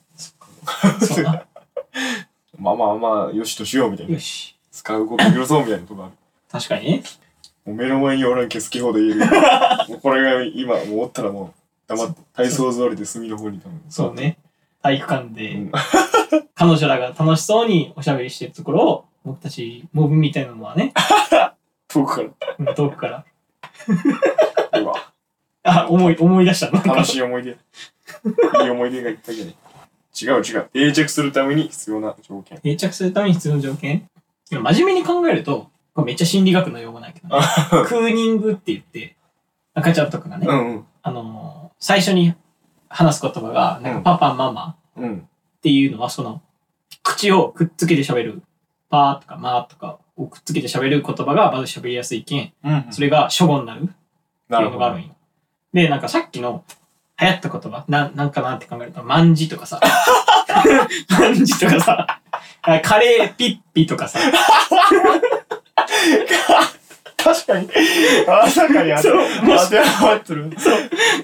Speaker 1: そうだ。
Speaker 2: *laughs* まあまあまあ、よしとしようみたいな
Speaker 1: よ。し。
Speaker 2: 使うこと許そうみたいなとこある。
Speaker 1: 確かにね。
Speaker 2: もう目の前におらんけ好きほど言
Speaker 1: *laughs*
Speaker 2: える。もうこれが今、もうおったらもう、黙って、体操座りで隅の方に多分。
Speaker 1: そう。ね。体育館で、
Speaker 2: うん
Speaker 1: 彼女らが楽しそうにおしゃべりしてるところを、僕たち、モブみたいなのはね、
Speaker 2: 遠くか
Speaker 1: うん遠くから。
Speaker 2: ら。うわ、
Speaker 1: あ、思い、思い出した。なんか
Speaker 2: 楽しい思い出。いい思い出がいっぱいじゃね。違う違う。定着するために必要な条件。
Speaker 1: 定着するために必要な条件いや真面目に考えると、これめっちゃ心理学の用語なんやけど、ね、クーニングって言って、赤ちゃんとかがね、
Speaker 2: うんうん。
Speaker 1: あのー最初に話す言葉が、なんかパパ、ママ
Speaker 2: うん。
Speaker 1: っていうのは、その、口をくっつけて喋る、パーとかマーとかをくっつけて喋る言葉がまず喋りやすいけん、
Speaker 2: うん
Speaker 1: それが主語になる。っ
Speaker 2: な
Speaker 1: ていうの
Speaker 2: るほ
Speaker 1: が
Speaker 2: ど
Speaker 1: あるん。よ。で、なんかさっきの流行った言葉、ななんかなって考えると、万字と
Speaker 2: *laughs*
Speaker 1: かさ、万字とかさ、あカレーピッピとか
Speaker 2: *laughs*
Speaker 1: さ、
Speaker 2: 確かに。あ、確かにあ
Speaker 1: そうもし
Speaker 2: 当てはまってる。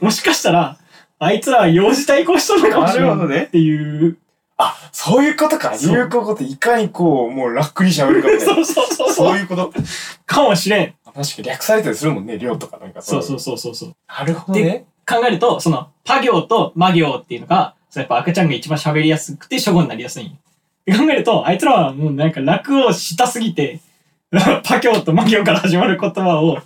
Speaker 1: もしかしたら、あいつらは幼児対抗しとるのかもしれ
Speaker 2: なるほど
Speaker 1: ない
Speaker 2: ね
Speaker 1: っていう、
Speaker 2: あ、そういうことか。
Speaker 1: そう
Speaker 2: 流行語っていかにこう、もう楽に喋るかみたいな。
Speaker 1: そうそうそう
Speaker 2: そ
Speaker 1: そうう、
Speaker 2: いうこと。
Speaker 1: かもしれん。
Speaker 2: あ確かに略されたりするもんね、量とかなんか。
Speaker 1: そうそううそうそうそう。
Speaker 2: なるほどね。
Speaker 1: 考えると、その、パ行とマ行っていうのが、そうやっぱ赤ちゃんが一番喋りやすくて、主語になりやすいんよ。で考えると、あいつらはもうなんか楽をしたすぎて、 *laughs* パ行とマ行から始まる言葉を、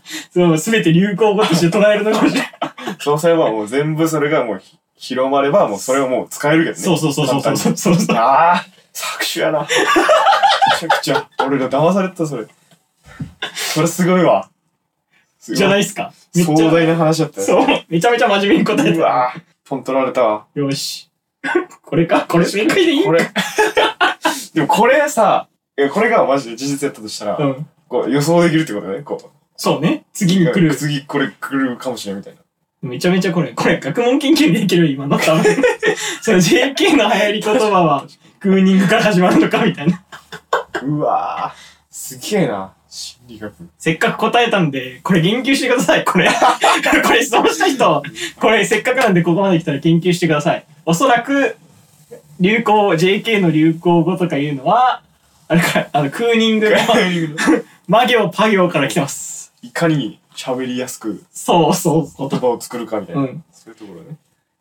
Speaker 1: すべて流行語として捉えるのかもしれない。
Speaker 2: そうすればもう全部それがもうひ広まれば、もうそれをもう使えるけ
Speaker 1: *laughs*
Speaker 2: どね。
Speaker 1: そうそうそうそうそう
Speaker 2: 簡単
Speaker 1: そうそう
Speaker 2: に。ああ、作詞やな。めちゃくちゃ。俺ら騙されてた、それ。それすごいわ。すご
Speaker 1: じゃないですか。めっ
Speaker 2: 壮
Speaker 1: ちゃ、
Speaker 2: 大な話だったよ。
Speaker 1: そう、めちゃめちゃ真面目に答え
Speaker 2: う
Speaker 1: て
Speaker 2: わーポン取られたわ。
Speaker 1: る。よし。これか、これ正解でいい
Speaker 2: これ。でもこれさ、えこれがマジで事実やったとしたら、
Speaker 1: うん。
Speaker 2: こう予想できるってことだね、こう。
Speaker 1: そうね。次に来る。
Speaker 2: 次これ来るかもしれんみたいな。
Speaker 1: めちゃめちゃこれ、これ学問研究できる今の *laughs* 多分。その JK の流行り言葉は、クーニングから始まるのかみたいな。
Speaker 2: うわぁ、すげえな。心理
Speaker 1: *laughs*
Speaker 2: 学。
Speaker 1: せっかく答えたんで、これ言及してください、これ。 *laughs* これ質問した人、これせっかくなんでここまで来たら言及してください。おそらく、流行、JK の流行語とかいうのは、あれから、あの、クーニング *laughs* の、魔行パ行から来てます。
Speaker 2: いかに喋りやすく
Speaker 1: そうそうそ。
Speaker 2: 言葉を作るかみたいう
Speaker 1: う
Speaker 2: な。
Speaker 1: ん。
Speaker 2: そういうところね。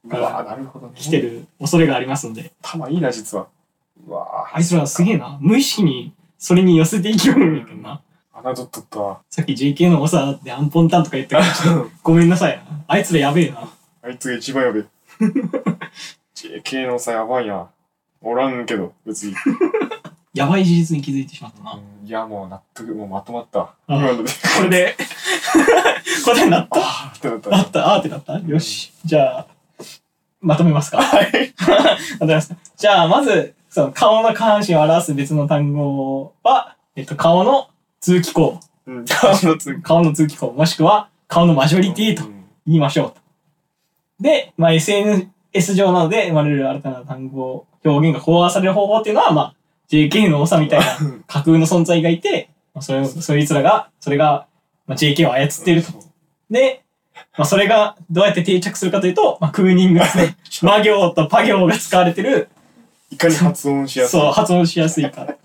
Speaker 2: う
Speaker 1: うん
Speaker 2: わあなるほどね。
Speaker 1: 来て。る恐れがありますので。
Speaker 2: 頭いいな、実は。うわあ
Speaker 1: あいつらすげえな。無意識に、それに寄せていきよるんやけどな。
Speaker 2: 穴取っとったわ。
Speaker 1: さっき JK の長でアンポンタンとか言ったから、ごめんなさい。あいつらやべえな。
Speaker 2: あいつが一番やべえ。JK のさ、やばいな。おらんけど、別に。
Speaker 1: やばい事実に気づいてしまったな。
Speaker 2: いや、もう納得、もうまとまった。
Speaker 1: あ
Speaker 2: 今ので。
Speaker 1: こ
Speaker 2: *laughs*
Speaker 1: れで、 *laughs* 答えになった
Speaker 2: あーってなった
Speaker 1: あ
Speaker 2: ね。
Speaker 1: った、あーってなったよし。じゃあ、まとめますか。
Speaker 2: はい。
Speaker 1: *laughs* まとめますか。じゃあ、まず、その顔の下半身を表す別の単語は、えっと、顔の通気口。
Speaker 2: うん、顔の次。
Speaker 1: 顔の通気口。もしくは、顔のマジョリティと
Speaker 2: うん
Speaker 1: 言いましょうと。で、まあ、SNS 上なので生まれる新たな単語、表現が考案される方法っていうのは、まあ、JK の多さみ *laughs* たいな架空の存在がいて、まあ、それ、そいつらが、それが、まあ、JK を操っていると。で、まあ、それがどうやって定着するかというと、まあ、クーニングです *laughs* ね。魔行とパ行が使われてる、
Speaker 2: いかに発音しやすい
Speaker 1: そう、発音しやすいから。っ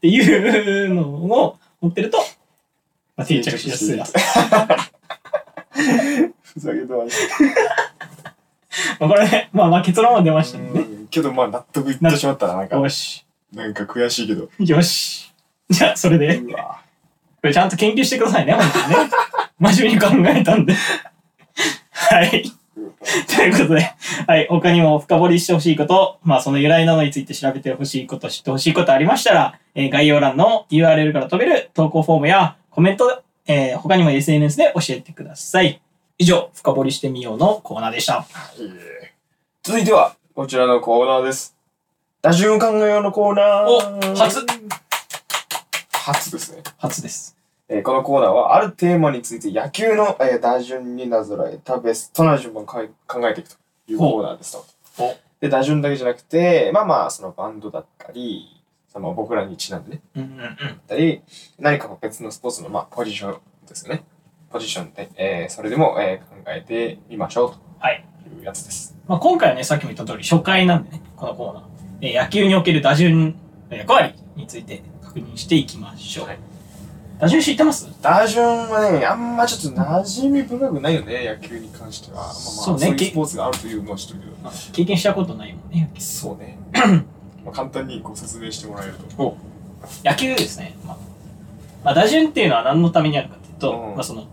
Speaker 1: ていうのを持ってると、まあ、定着しやすい。ま
Speaker 2: ふざけたわ
Speaker 1: あ、これね、まあまあ結論は出ましたんでね。
Speaker 2: うんけどまあ納得いってしまったななんか
Speaker 1: よし。
Speaker 2: なんか悔しいけど
Speaker 1: *laughs* よし。じゃあ、それで、こ
Speaker 2: うわ
Speaker 1: れちゃんと研究してくださいね、本当にね。真面目に考えたんで。はい。ということで、はい、他にも深掘りしてほしいこと、まあその由来などについて調べてほしいこと、知ってほしいことありましたら、えー概要欄の URL から飛べる投稿フォームやコメント、えー他にも SNS で教えてください。以上、深掘りしてみようのコーナーでした。
Speaker 2: いいえ続いてはこちらのコーナーです打順を考えようのコーナー
Speaker 1: お初
Speaker 2: 初ですね、
Speaker 1: 初です。
Speaker 2: えーこのコーナーはあるテーマについて野球の、えー打順になぞらえたベストな順番をかい考えていくというコーナーですと
Speaker 1: ほう
Speaker 2: で打順だけじゃなくてまあまあそのバンドだったりその僕らにちなんでね
Speaker 1: うんうんうん
Speaker 2: だ。ったり、何か別のスポーツの、まあ、ポジションですよね。ポジションで、えーそれでも、えー考えてみましょうと
Speaker 1: はい
Speaker 2: いうやつです。
Speaker 1: まあ、今回はね、さっきも言った通り初回なんでね、このコーナー。えー野球における打順、えー役割について確認していきましょう。
Speaker 2: はい
Speaker 1: 打順知ってます
Speaker 2: 打順はね、あんまちょっと馴染み深くないよね、野球に関しては。まあまあ、
Speaker 1: そうね
Speaker 2: いうスポーツがあるというのは知ってるけど。
Speaker 1: まあ経験したことないもんね。
Speaker 2: そう *clears throat* ね。まあ簡単にご説明してもらえると。
Speaker 1: 野球ですね。まあ、まあ、打順っていうのは何のためにあるかっていうと、
Speaker 2: うん
Speaker 1: まあその、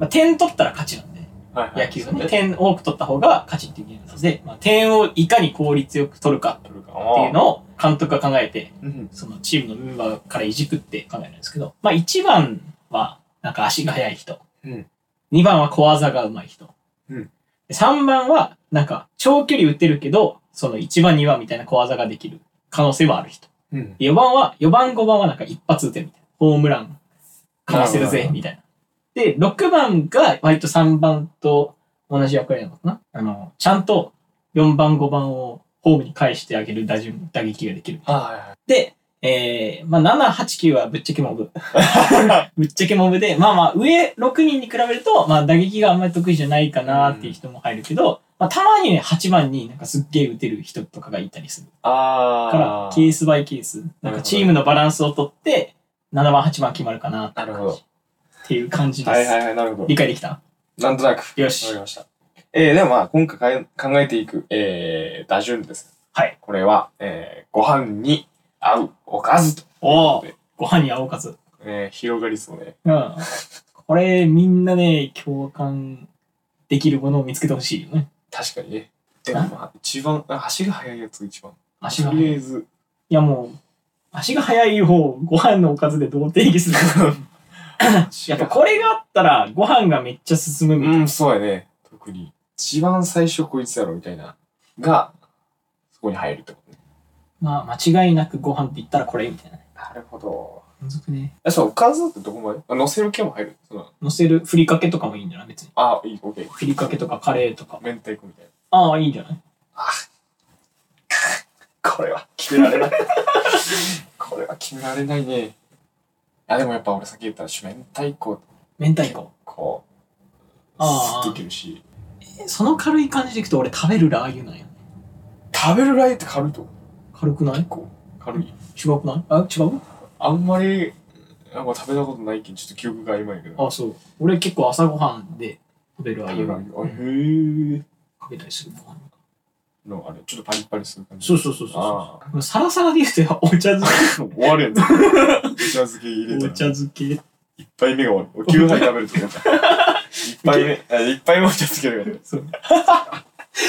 Speaker 1: まあ、点取ったら勝ちなんで、
Speaker 2: はい
Speaker 1: 野球は
Speaker 2: そう
Speaker 1: ね、点多く取った方が勝ちっていうゲームなので、まあ、点をいかに効率よく取るか
Speaker 2: 取るか
Speaker 1: っていうのを監督が考えて、
Speaker 2: うん。
Speaker 1: そのチームのメンバーからいじくって考えるんですけど、まあ1番はなんか足が速い人。
Speaker 2: うん
Speaker 1: 2番は小技が上手い人。
Speaker 2: うん
Speaker 1: で3番はなんか長距離打てるけど、その1番2番みたいな小技ができる可能性はある人。
Speaker 2: うん。
Speaker 1: 4番は、4番5番はなんか一発打てるみたいな。ホームランかませる
Speaker 2: なる
Speaker 1: ぜ
Speaker 2: ほ、ど
Speaker 1: みたいな。で、6番が割と3番と同じ役割なのかなあの、ちゃんと4番5番をホームに返してあげる打順、打撃ができる。
Speaker 2: は
Speaker 1: で、えー、まあ、7、8、9はぶっちゃけモ
Speaker 2: *laughs*
Speaker 1: ブ。
Speaker 2: いはいはい。
Speaker 1: ぶっちゃけモブで、まあまあ、上6人に比べると、まあ、打撃があんまり得意じゃないかなっていう人も入るけど、まあ、たまにね、8番になんかすっげえ打てる人とかがいたりする。か
Speaker 2: あ
Speaker 1: ら
Speaker 2: ー。
Speaker 1: ケースバイケースなんかチームのバランスをとって7番8番決まるかなって
Speaker 2: なるほど。
Speaker 1: っていう感じです、
Speaker 2: はいはいはい、なるほど。
Speaker 1: 理解できた
Speaker 2: なんとなく。
Speaker 1: よ
Speaker 2: わか
Speaker 1: し
Speaker 2: りました。えー、でもまあ、今回か考えていく、えー、打順です。
Speaker 1: はい。
Speaker 2: これは、えー、ご飯に合うおかずと。
Speaker 1: お
Speaker 2: という
Speaker 1: ご飯に合おうかず
Speaker 2: えー、広がりそうね。
Speaker 1: うんこれみんなね共感できるものを見つけてほしいよね
Speaker 2: 確かにね。でもまあ、一番、あ足が速いやつが一番。
Speaker 1: 足が
Speaker 2: と
Speaker 1: 速い
Speaker 2: りあ
Speaker 1: い
Speaker 2: え *laughs* ず、
Speaker 1: やもう足が速い方ご飯のおかずでどう定義する *laughs* やっぱこれがあったらご飯がめっちゃ進むみたいな、
Speaker 2: うん、そうやね。特に。一番最初こいつやろ、みたいな。が、そこに入るってことね。
Speaker 1: まあ間違いなくご飯って言ったらこれみたいな
Speaker 2: なるほど。
Speaker 1: 難しくね
Speaker 2: え、そう、おかずってどこまであ乗せる系も入るその
Speaker 1: 乗せるふりかけとかもいいんじゃない別に
Speaker 2: あ、いい、オッケー。
Speaker 1: ふりかけとかカレーとか
Speaker 2: 明太子みたいな。
Speaker 1: ああいいんじゃない
Speaker 2: これは決められない。 *laughs* これは決められないね。あ、でもやっぱ俺さっき言った主面太鼓、
Speaker 1: 明太子。
Speaker 2: こう、
Speaker 1: ああ
Speaker 2: スッといけるし、
Speaker 1: その軽い感じでいくと俺食べるラー油なんや。
Speaker 2: 食べるラインって軽いと思う
Speaker 1: 軽くない
Speaker 2: 結構軽い
Speaker 1: 違くないあ、違う
Speaker 2: あんまりなんか食べたことないけんちょっと記憶が曖昧やけど
Speaker 1: あ、そう。俺結構朝ごはんで食べるああ
Speaker 2: 食
Speaker 1: い
Speaker 2: べ
Speaker 1: う
Speaker 2: るラインあ
Speaker 1: か
Speaker 2: へ
Speaker 1: け
Speaker 2: え
Speaker 1: たりするご飯
Speaker 2: のあれちょっとパリパリする感じ
Speaker 1: そうそうそうそ
Speaker 2: あ
Speaker 1: う。サラサラで言うとお茶漬
Speaker 2: あもう終わるやんお茶漬け入
Speaker 1: け。
Speaker 2: れ
Speaker 1: *laughs* お
Speaker 2: た
Speaker 1: 茶
Speaker 2: ら
Speaker 1: 漬け。
Speaker 2: 一杯目が終わる俺9杯食べ
Speaker 1: *laughs*
Speaker 2: るってなった1杯目あ一杯目お茶漬けだから
Speaker 1: そう。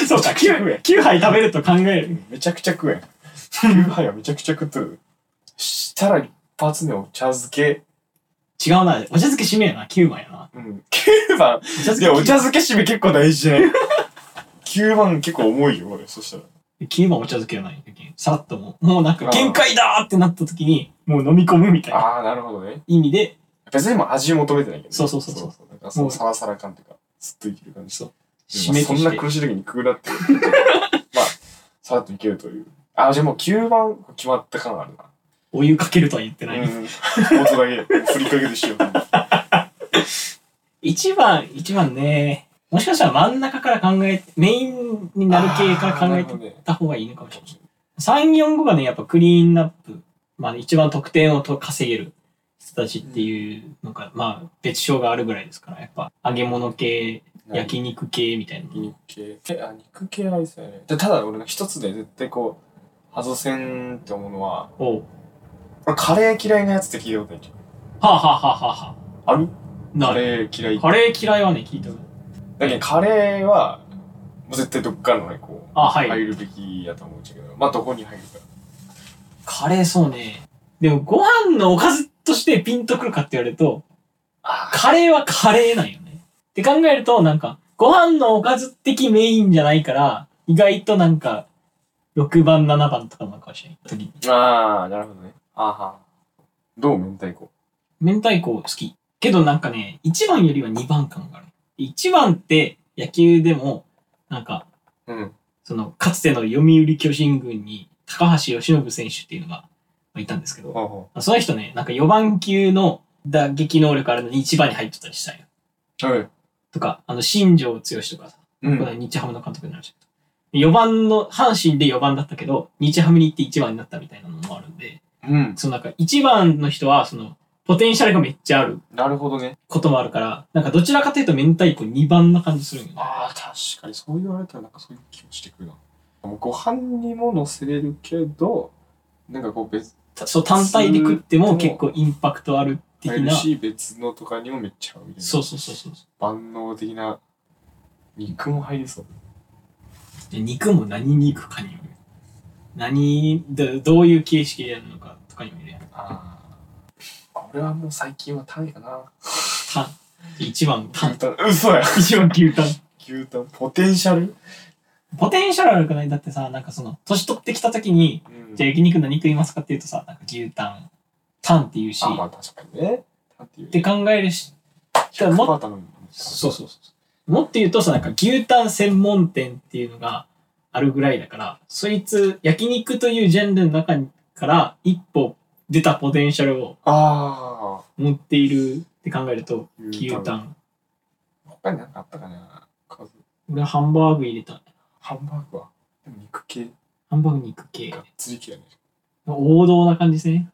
Speaker 1: そうか、
Speaker 2: めちゃくちゃ食うや
Speaker 1: 9,
Speaker 2: ん
Speaker 1: 9杯食べると考える。
Speaker 2: めちゃくちゃ食えん。9杯はめちゃくちゃ食っとる。したら一発目お茶漬け。
Speaker 1: 違うな。お茶漬け締めやな。9枚やな。
Speaker 2: うん。9番
Speaker 1: お。茶
Speaker 2: いや、
Speaker 1: 漬
Speaker 2: お茶漬け締め結構大事じゃない ?9 番結構重いよ、俺。そしたら。
Speaker 1: け、9枚お茶漬けやない。さらっともう、もうなん
Speaker 2: あ
Speaker 1: か
Speaker 2: ー
Speaker 1: 限界だーってなった時に、もう飲み込むみたいな
Speaker 2: ああ、なるほどね。
Speaker 1: 意味で、
Speaker 2: 別にもう味求めてないけど、ね。
Speaker 1: そうそうそうそう
Speaker 2: そうなんかそのサラサラ感とか、ずっといける感じ。
Speaker 1: そう
Speaker 2: で
Speaker 1: 締
Speaker 2: も
Speaker 1: め
Speaker 2: そ
Speaker 1: と
Speaker 2: ん
Speaker 1: し
Speaker 2: な
Speaker 1: て。
Speaker 2: 苦しい時に食うなって。 *laughs* まあ、さらっといけるという。ああ、じゃあもう9番決まった感あるな。
Speaker 1: お湯かけるとは言ってない。
Speaker 2: うん。音だけ、振りかけてしよう。
Speaker 1: 一番、一番ね、もしかしたら真ん中から考え、メインになる系から考え
Speaker 2: あーなるほど
Speaker 1: て
Speaker 2: ね
Speaker 1: た方がいいのかもしれない。3、4、5がね、やっぱクリーンナップ。まあ、一番得点をと稼げる人たちっていうのが、まあ、別称があるぐらいですから、やっぱ、揚げ物系、焼肉系みたいな。
Speaker 2: 肉系えあ肉系はいいですよねでただ俺の一つで絶対こう外せんって思うのは
Speaker 1: おう
Speaker 2: 俺カレー嫌いなやつって聞いたことないけど
Speaker 1: はあ、はあはあはあはあ、
Speaker 2: ある
Speaker 1: な
Speaker 2: カ
Speaker 1: る。
Speaker 2: レー嫌いだ
Speaker 1: カレー嫌いはね、聞いたことない
Speaker 2: けどカレーはもう絶対どっかのねこう
Speaker 1: あ、はい。
Speaker 2: 入るべきやと思うんだけどまあどこに入るか
Speaker 1: カレーそうね。でも、ご飯のおかずとしてピンとくるかって言われると、
Speaker 2: あ
Speaker 1: カレーはカレーなんよね。って考えると、なんか、ご飯のおかず的メインじゃないから、意外となんか、6番、7番とかなのかもしれない。時
Speaker 2: あーなるほどねあーはーどう明太子
Speaker 1: 明太子好き。けどなんかね、1番よりは2番感がある。1番って野球でも、なんか、
Speaker 2: うん
Speaker 1: その、かつての読売巨人軍に、高橋由伸選手っていうのがまあいたんですけど、
Speaker 2: ほうほ
Speaker 1: その人ね、なんか4番級の打撃能力あるのに1番に入ってたりしたんよ。
Speaker 2: うはい
Speaker 1: とか、あの、新庄剛志とかさ、
Speaker 2: う
Speaker 1: この日ハムの監督になるじゃん。4番の、阪神で4番だったけど、日ハムに行って1番になったみたいなのもあるんで、
Speaker 2: うん
Speaker 1: そのなんか1番の人は、その、ポテンシャルがめっちゃある
Speaker 2: なるほどね
Speaker 1: こともあるから、なんかどちらかというと明太子2番な感じするんよね。
Speaker 2: あー確かにそう言われたらなんかそういう気もしてくるなもうご飯にも乗せれるけどなんかこう別
Speaker 1: たそう、単体で食っても
Speaker 2: そう
Speaker 1: 結構インパクトある的
Speaker 2: 入る
Speaker 1: な。
Speaker 2: し、別のとかにもめっちゃ合うみたいな。
Speaker 1: そうそうそうそう。
Speaker 2: 万能的な。肉も入りそう。
Speaker 1: で肉も何肉かによる。何、どどういう形式でやるのかとかにもよるやん。
Speaker 2: ああ。俺はもう最近はタンやな。
Speaker 1: タン。1番タン
Speaker 2: 牛。タン。嘘や。
Speaker 1: 1番牛タン。
Speaker 2: 牛タン。ポテンシャル
Speaker 1: ポテンシャルあるくないだってさ、なんかその、年取ってきた時に、
Speaker 2: うん
Speaker 1: じゃあ焼肉何食いますかっていうとさ、なんか牛タン、タンって言うし、
Speaker 2: あ、まあ確かにね。タンっていう。
Speaker 1: って考えるし、
Speaker 2: 100%
Speaker 1: も
Speaker 2: 頼む。
Speaker 1: そうそうそう。もっと言うとさ、なんか牛タン専門店っていうのがあるぐらいだから、そいつ、焼肉というジャンルの中から一歩出たポテンシャルを
Speaker 2: ああ。
Speaker 1: 持っているって考えると、牛
Speaker 2: 牛
Speaker 1: タ
Speaker 2: タ
Speaker 1: ン。
Speaker 2: 他に何かあったかな数。
Speaker 1: 俺はハンバーグ入れた。
Speaker 2: ハンバーグは。でも肉系。
Speaker 1: ハンバーグ肉系
Speaker 2: が。っつり系やね。
Speaker 1: 王道な感じですね。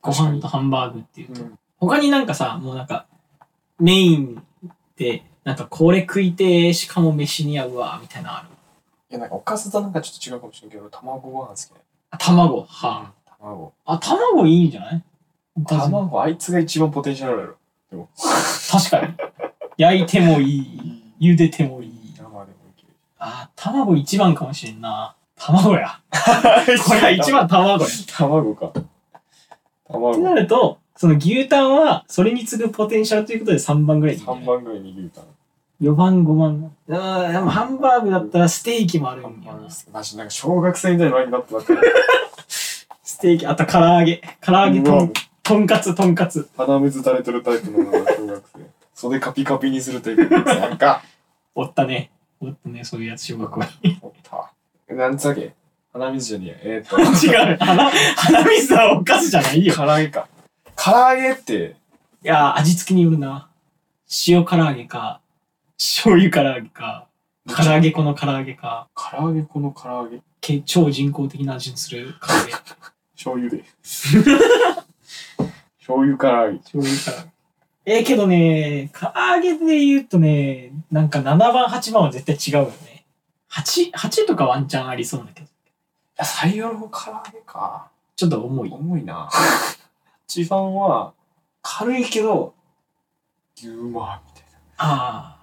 Speaker 1: ご
Speaker 2: 確か
Speaker 1: 飯
Speaker 2: に
Speaker 1: とハンバーグっていうと。
Speaker 2: うん。
Speaker 1: 他になんかさ、もうなんか、メインで、なんかこれ食いてー、しかも飯に合うわ、みたいなのある。
Speaker 2: いや、なんかおかずとなんかちょっと違うかもしれんけど、卵ご飯好きね。
Speaker 1: あ、卵。は
Speaker 2: 卵。
Speaker 1: あ。あ、卵いいんじゃない
Speaker 2: 卵、あいつが一番ポテンシャルある
Speaker 1: 確かに。焼いてもい
Speaker 2: やろ。
Speaker 1: い。茹でてもいい。
Speaker 2: 生でもいける。
Speaker 1: あ、卵一番かもしれんな。卵
Speaker 2: *laughs*
Speaker 1: や。こ
Speaker 2: こ
Speaker 1: れは一。番卵や。
Speaker 2: 卵か。
Speaker 1: って
Speaker 2: 卵
Speaker 1: な。ると、その牛タンは、それに次ぐポテンシャルということで3番ぐらいでいいんじゃな
Speaker 2: 3
Speaker 1: い
Speaker 2: 番ぐらいに牛タン。
Speaker 1: 4番、5番。うーん、でもハンバーグだったらステーキもあるんだよな。
Speaker 2: マジなんか小学生みたいなラインナップだった。
Speaker 1: ステーキ、あと唐揚げ。唐揚げ
Speaker 2: う
Speaker 1: と
Speaker 2: わ
Speaker 1: ん、とんかつ、とんかつ。
Speaker 2: 鼻水垂れてるタイプの小学生。袖カピカピにするタイプのやつなんか。
Speaker 1: おったね。おったね、そういうやつ、小学校に。
Speaker 2: おった。なんつうわけ鼻水じゃねえや。えーっと。
Speaker 1: 違う。鼻、鼻水はおかずじゃないよ。
Speaker 2: 唐揚げか。唐揚げって、
Speaker 1: いやー、味付けによるな。塩唐揚げか、醤油唐揚げか、唐揚げ粉の唐揚げか。
Speaker 2: 唐揚げこの唐揚げ
Speaker 1: け超人工的な味のするカレー。
Speaker 2: 醤
Speaker 1: *laughs*
Speaker 2: 油で。醤油から揚げ。
Speaker 1: 醤油から。 *laughs* ええけどね、唐揚げで言うとね、なんか7番、8番は絶対違うよね。8、8とかワンチャンありそうだけど、
Speaker 2: 野菜用の唐揚げか。
Speaker 1: ちょっと重い。
Speaker 2: 重いな。一番は、軽いけど、牛まみたいな。
Speaker 1: ああ。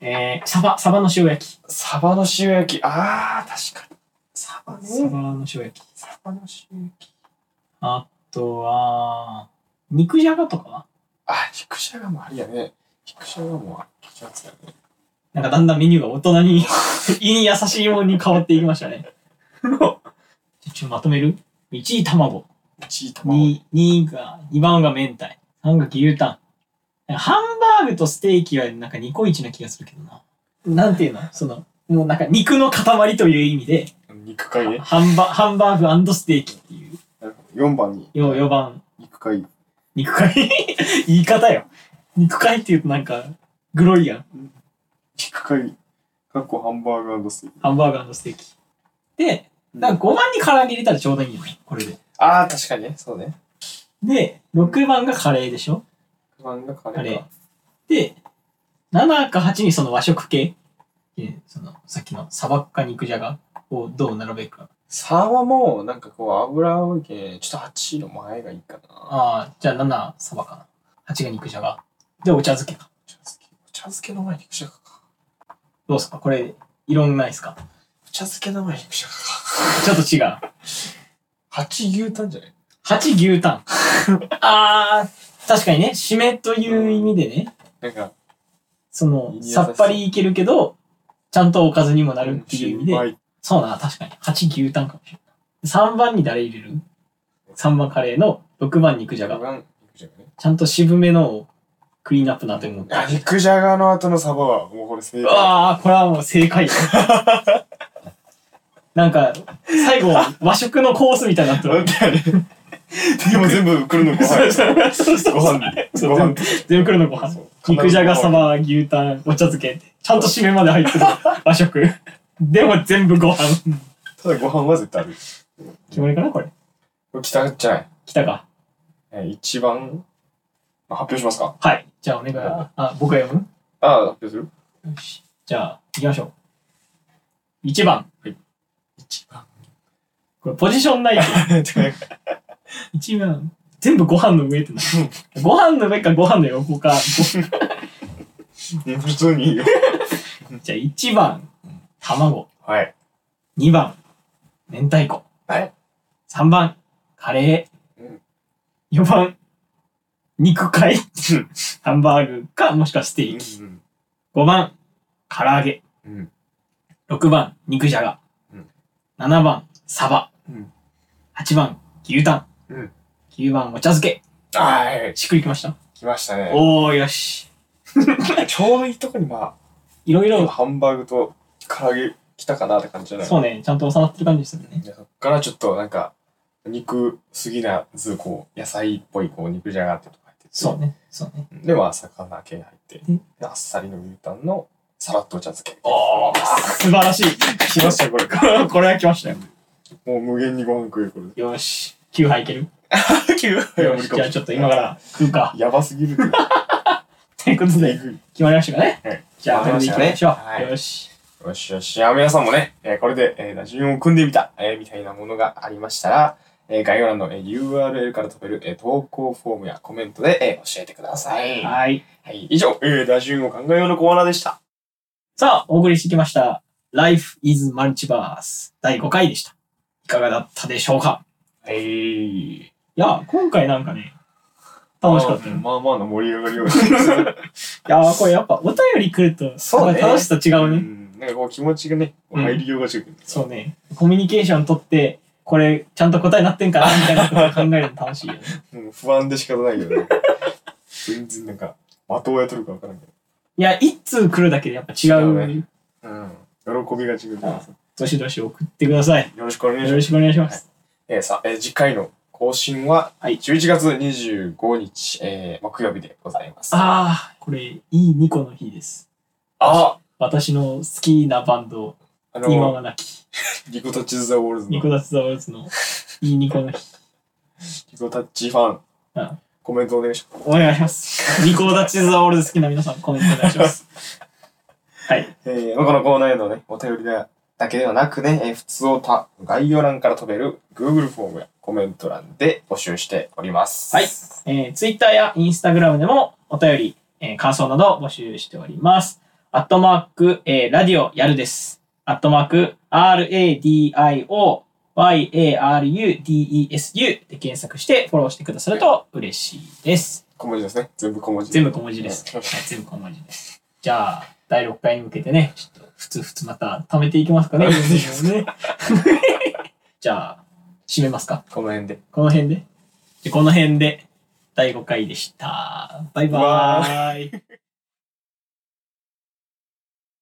Speaker 1: えー、サバ、サバの塩焼き。
Speaker 2: サバの塩焼き。あー、確かに。サバ
Speaker 1: サ
Speaker 2: ね。
Speaker 1: バの塩焼き。
Speaker 2: サバの塩焼き。
Speaker 1: あとは、肉じゃがとかは
Speaker 2: あ、肉じゃがもありやね。肉じゃがもありやつだよね。
Speaker 1: なんかだんだんメニューが大人に、 *laughs* 胃に優しいものに変わっていきましたね。 *laughs* じゃちょっとまとめる ?1 位卵。
Speaker 2: チートマ
Speaker 1: 2、2が、2番が明太。3が牛タン。ハンバーグとステーキはなんかニコイチな気がするけどな。なんていうのその、もうなんか肉の塊という意味で、
Speaker 2: 肉塊ね。
Speaker 1: ハンバハンバーグステーキっていう。
Speaker 2: 4番に
Speaker 1: よ4番、
Speaker 2: 肉塊。
Speaker 1: 肉塊 *laughs* 言い方よ。肉塊って言うとなんか、グロいやん。
Speaker 2: 肉塊。かっこハンバーグステーキ。
Speaker 1: ハンバーグステーキ。で、なんか5番に唐揚げ入れたらちょうどいいよね。これで。
Speaker 2: あー、確かにね。そうね。
Speaker 1: で、6番がカレーでしょ
Speaker 2: 不安がカ
Speaker 1: カレ
Speaker 2: レ
Speaker 1: ー
Speaker 2: ーか。。
Speaker 1: で、7か8にその和食系、でそのさっきの砂漠か肉じゃがをどう並べるか。
Speaker 2: サバも、なんかこう、油多いけん、ちょっと8の前がいいかな。
Speaker 1: ああ、じゃあ7、サバかな。8が肉じゃが。で、お茶漬けか。
Speaker 2: お茶漬け。お茶漬けの前に肉じゃがか。
Speaker 1: どうすかこれ、異論ないですか
Speaker 2: お茶漬けの前に肉じゃがか。
Speaker 1: ちょっと違う。
Speaker 2: 8牛タンじゃない
Speaker 1: 8、牛
Speaker 2: *laughs*
Speaker 1: タン。ああ、確かにね、締めという意味でね、
Speaker 2: なんか、
Speaker 1: その
Speaker 2: い、や
Speaker 1: さっぱりいけるけど、ちゃんとおかずにもなるっていう意味で、
Speaker 2: う
Speaker 1: そうだな、確かに。8牛タンかもしれない。3番に誰入れる ?3 番カレーの6番肉じゃ
Speaker 2: まい
Speaker 1: が
Speaker 2: 肉。じゃがね。
Speaker 1: ちゃんと渋めのをクリーンアップなと思って。
Speaker 2: あ肉じゃがの後のサバは、もうこれ正
Speaker 1: う
Speaker 2: 解。
Speaker 1: わあ、これはもう正解。なんか、最後、和食のコースみたいになって
Speaker 2: だっ
Speaker 1: る。
Speaker 2: てあれ。でも全部来るのご *laughs* 飯。
Speaker 1: そうそう
Speaker 2: ご飯で。
Speaker 1: そう
Speaker 2: ご飯
Speaker 1: 全部来るのご飯。肉じゃが、サ。
Speaker 2: そう
Speaker 1: バ、牛タン、お茶漬け。ちゃんと締めまで入ってる。和食。でも全部ご飯。
Speaker 2: ただご飯は絶対ある。
Speaker 1: 決まりかなこれ。
Speaker 2: これ北じゃない。
Speaker 1: 来たか。
Speaker 2: えー一番、あ発表しますか
Speaker 1: はい。じゃあお願い。あ、僕が読む
Speaker 2: ああ、発表する
Speaker 1: よし。じゃあ、行きましょう。1番。
Speaker 2: 一番。
Speaker 1: これポジションないけど。1番。全部ご飯の上ってなる。ご飯の上かご飯の横か。ご
Speaker 2: *laughs* 普通にいいよ。
Speaker 1: じゃあ、1番。卵。
Speaker 2: はい。
Speaker 1: 2番。明太子。
Speaker 2: はい。
Speaker 1: 3番。カレ
Speaker 2: うん
Speaker 1: ー。4番。肉塊。ハンバーグか、もしくはステーキ。
Speaker 2: うん
Speaker 1: 5番。唐揚げ。
Speaker 2: うん。
Speaker 1: 6番、肉じゃが。
Speaker 2: うん
Speaker 1: 7番、サバ。
Speaker 2: うん
Speaker 1: 8番、牛タン。
Speaker 2: うん
Speaker 1: 9番、お茶漬け。
Speaker 2: はい。
Speaker 1: しっくりきました。
Speaker 2: 来ましたね。
Speaker 1: おー、よし。
Speaker 2: ちょうどいいとこにま
Speaker 1: いろい
Speaker 2: あ、
Speaker 1: ろ、
Speaker 2: ハンバーグと唐揚げ来たかなって感じじゃない
Speaker 1: そうね、ちゃんと収まってる感じですよね。
Speaker 2: でそっからちょっとなんか、肉すぎなず、こう、野菜っぽい、こう、肉じゃがってとか入ってて
Speaker 1: そうね、そうね。
Speaker 2: で、まあ、魚系入って
Speaker 1: うん、
Speaker 2: あっさりの牛タンのさらっとお茶漬け。
Speaker 1: おー、素晴らしい。
Speaker 2: 来ましたよ、これ。
Speaker 1: これは来ましたよ。
Speaker 2: もう無限にご飯食える、こ *laughs* れ。
Speaker 1: よし。9杯いける
Speaker 2: い
Speaker 1: よし、じゃあちょっと今から食うか。
Speaker 2: やばすぎるって。
Speaker 1: *laughs* ということで、決まりましたかね。
Speaker 2: はい
Speaker 1: じゃあ、これでいきましょう。
Speaker 2: わかりましたねはい
Speaker 1: よし。
Speaker 2: よしよし。あ、皆さんもね、えーこれで、えー打順を組んでみた、えーみたいなものがありましたら、えー概要欄の、えー URL から飛べる、えー投稿フォームやコメントで、えー教えてください。は
Speaker 1: はい。
Speaker 2: い。以上、えー打順を考えようのコーナーでした。
Speaker 1: さあ、お送りしてきました。Life is Multiverse 第5回でした。いかがだったでしょうか
Speaker 2: はい。
Speaker 1: いや、今回なんかね、楽しかったよ。い
Speaker 2: まあまあの盛り上がりを。そ
Speaker 1: や、これやっぱお便り来ると、
Speaker 2: そうね
Speaker 1: なんか楽しさ違うね。
Speaker 2: ん。なんかこう気持ちがね、こう入りようが違う。
Speaker 1: そうね。コミュニケーション取って、これちゃんと答えなってんかなみたいなことを考えるの楽しいよね。
Speaker 2: うん不安で仕方ないよね。全然なんか、的をやとるかわからんけ
Speaker 1: いや、一通来るだけでやっぱ違
Speaker 2: そう
Speaker 1: う。
Speaker 2: ねど。うん。喜びが違うからさ。
Speaker 1: どしどし送ってください。
Speaker 2: よろしくお願いし
Speaker 1: よ
Speaker 2: ま
Speaker 1: ろ
Speaker 2: す。
Speaker 1: しくお願いします。
Speaker 2: えーさ、えー次回の更新は、
Speaker 1: はい
Speaker 2: 11月25日、えー木曜日でございます。
Speaker 1: ああ、これ、いい2個の日です。
Speaker 2: あ
Speaker 1: 私の好きなバンド、
Speaker 2: あ
Speaker 1: 今は
Speaker 2: の、
Speaker 1: なき。
Speaker 2: リコタッチザウォールズの
Speaker 1: ニコダス・ザワルツのいいニコの日。
Speaker 2: リコタッチファン
Speaker 1: うん。
Speaker 2: コメントお願いします。
Speaker 1: お願いします。ニコダチ・ザワルツ好きな皆さんコメントお願いします。はい。
Speaker 2: えー、このコーナーへのね、お便りだけではなくね、えー普通をた概要欄から飛べる Google フォームやコメント欄で募集しております。
Speaker 1: はい。えー、Twitter や Instagram でもお便り、えー感想などを募集しております。アットマーク、えーラディオやるです。アットマーク、RADIO、YARUDESU で検索してフォローしてくださると嬉しいです。
Speaker 2: 小文字ですね。全部小文字。
Speaker 1: 全部小文字です。
Speaker 2: うん
Speaker 1: はい、全部小文字です。じゃあ、第6回に向けてね、ちょっと、ふつふつまた貯めていきますかね。
Speaker 2: 貯めていきます
Speaker 1: ね *laughs* じゃあ、締めますか。
Speaker 2: この辺で。
Speaker 1: この辺で。でこの辺で、第5回でした。バイバーイ。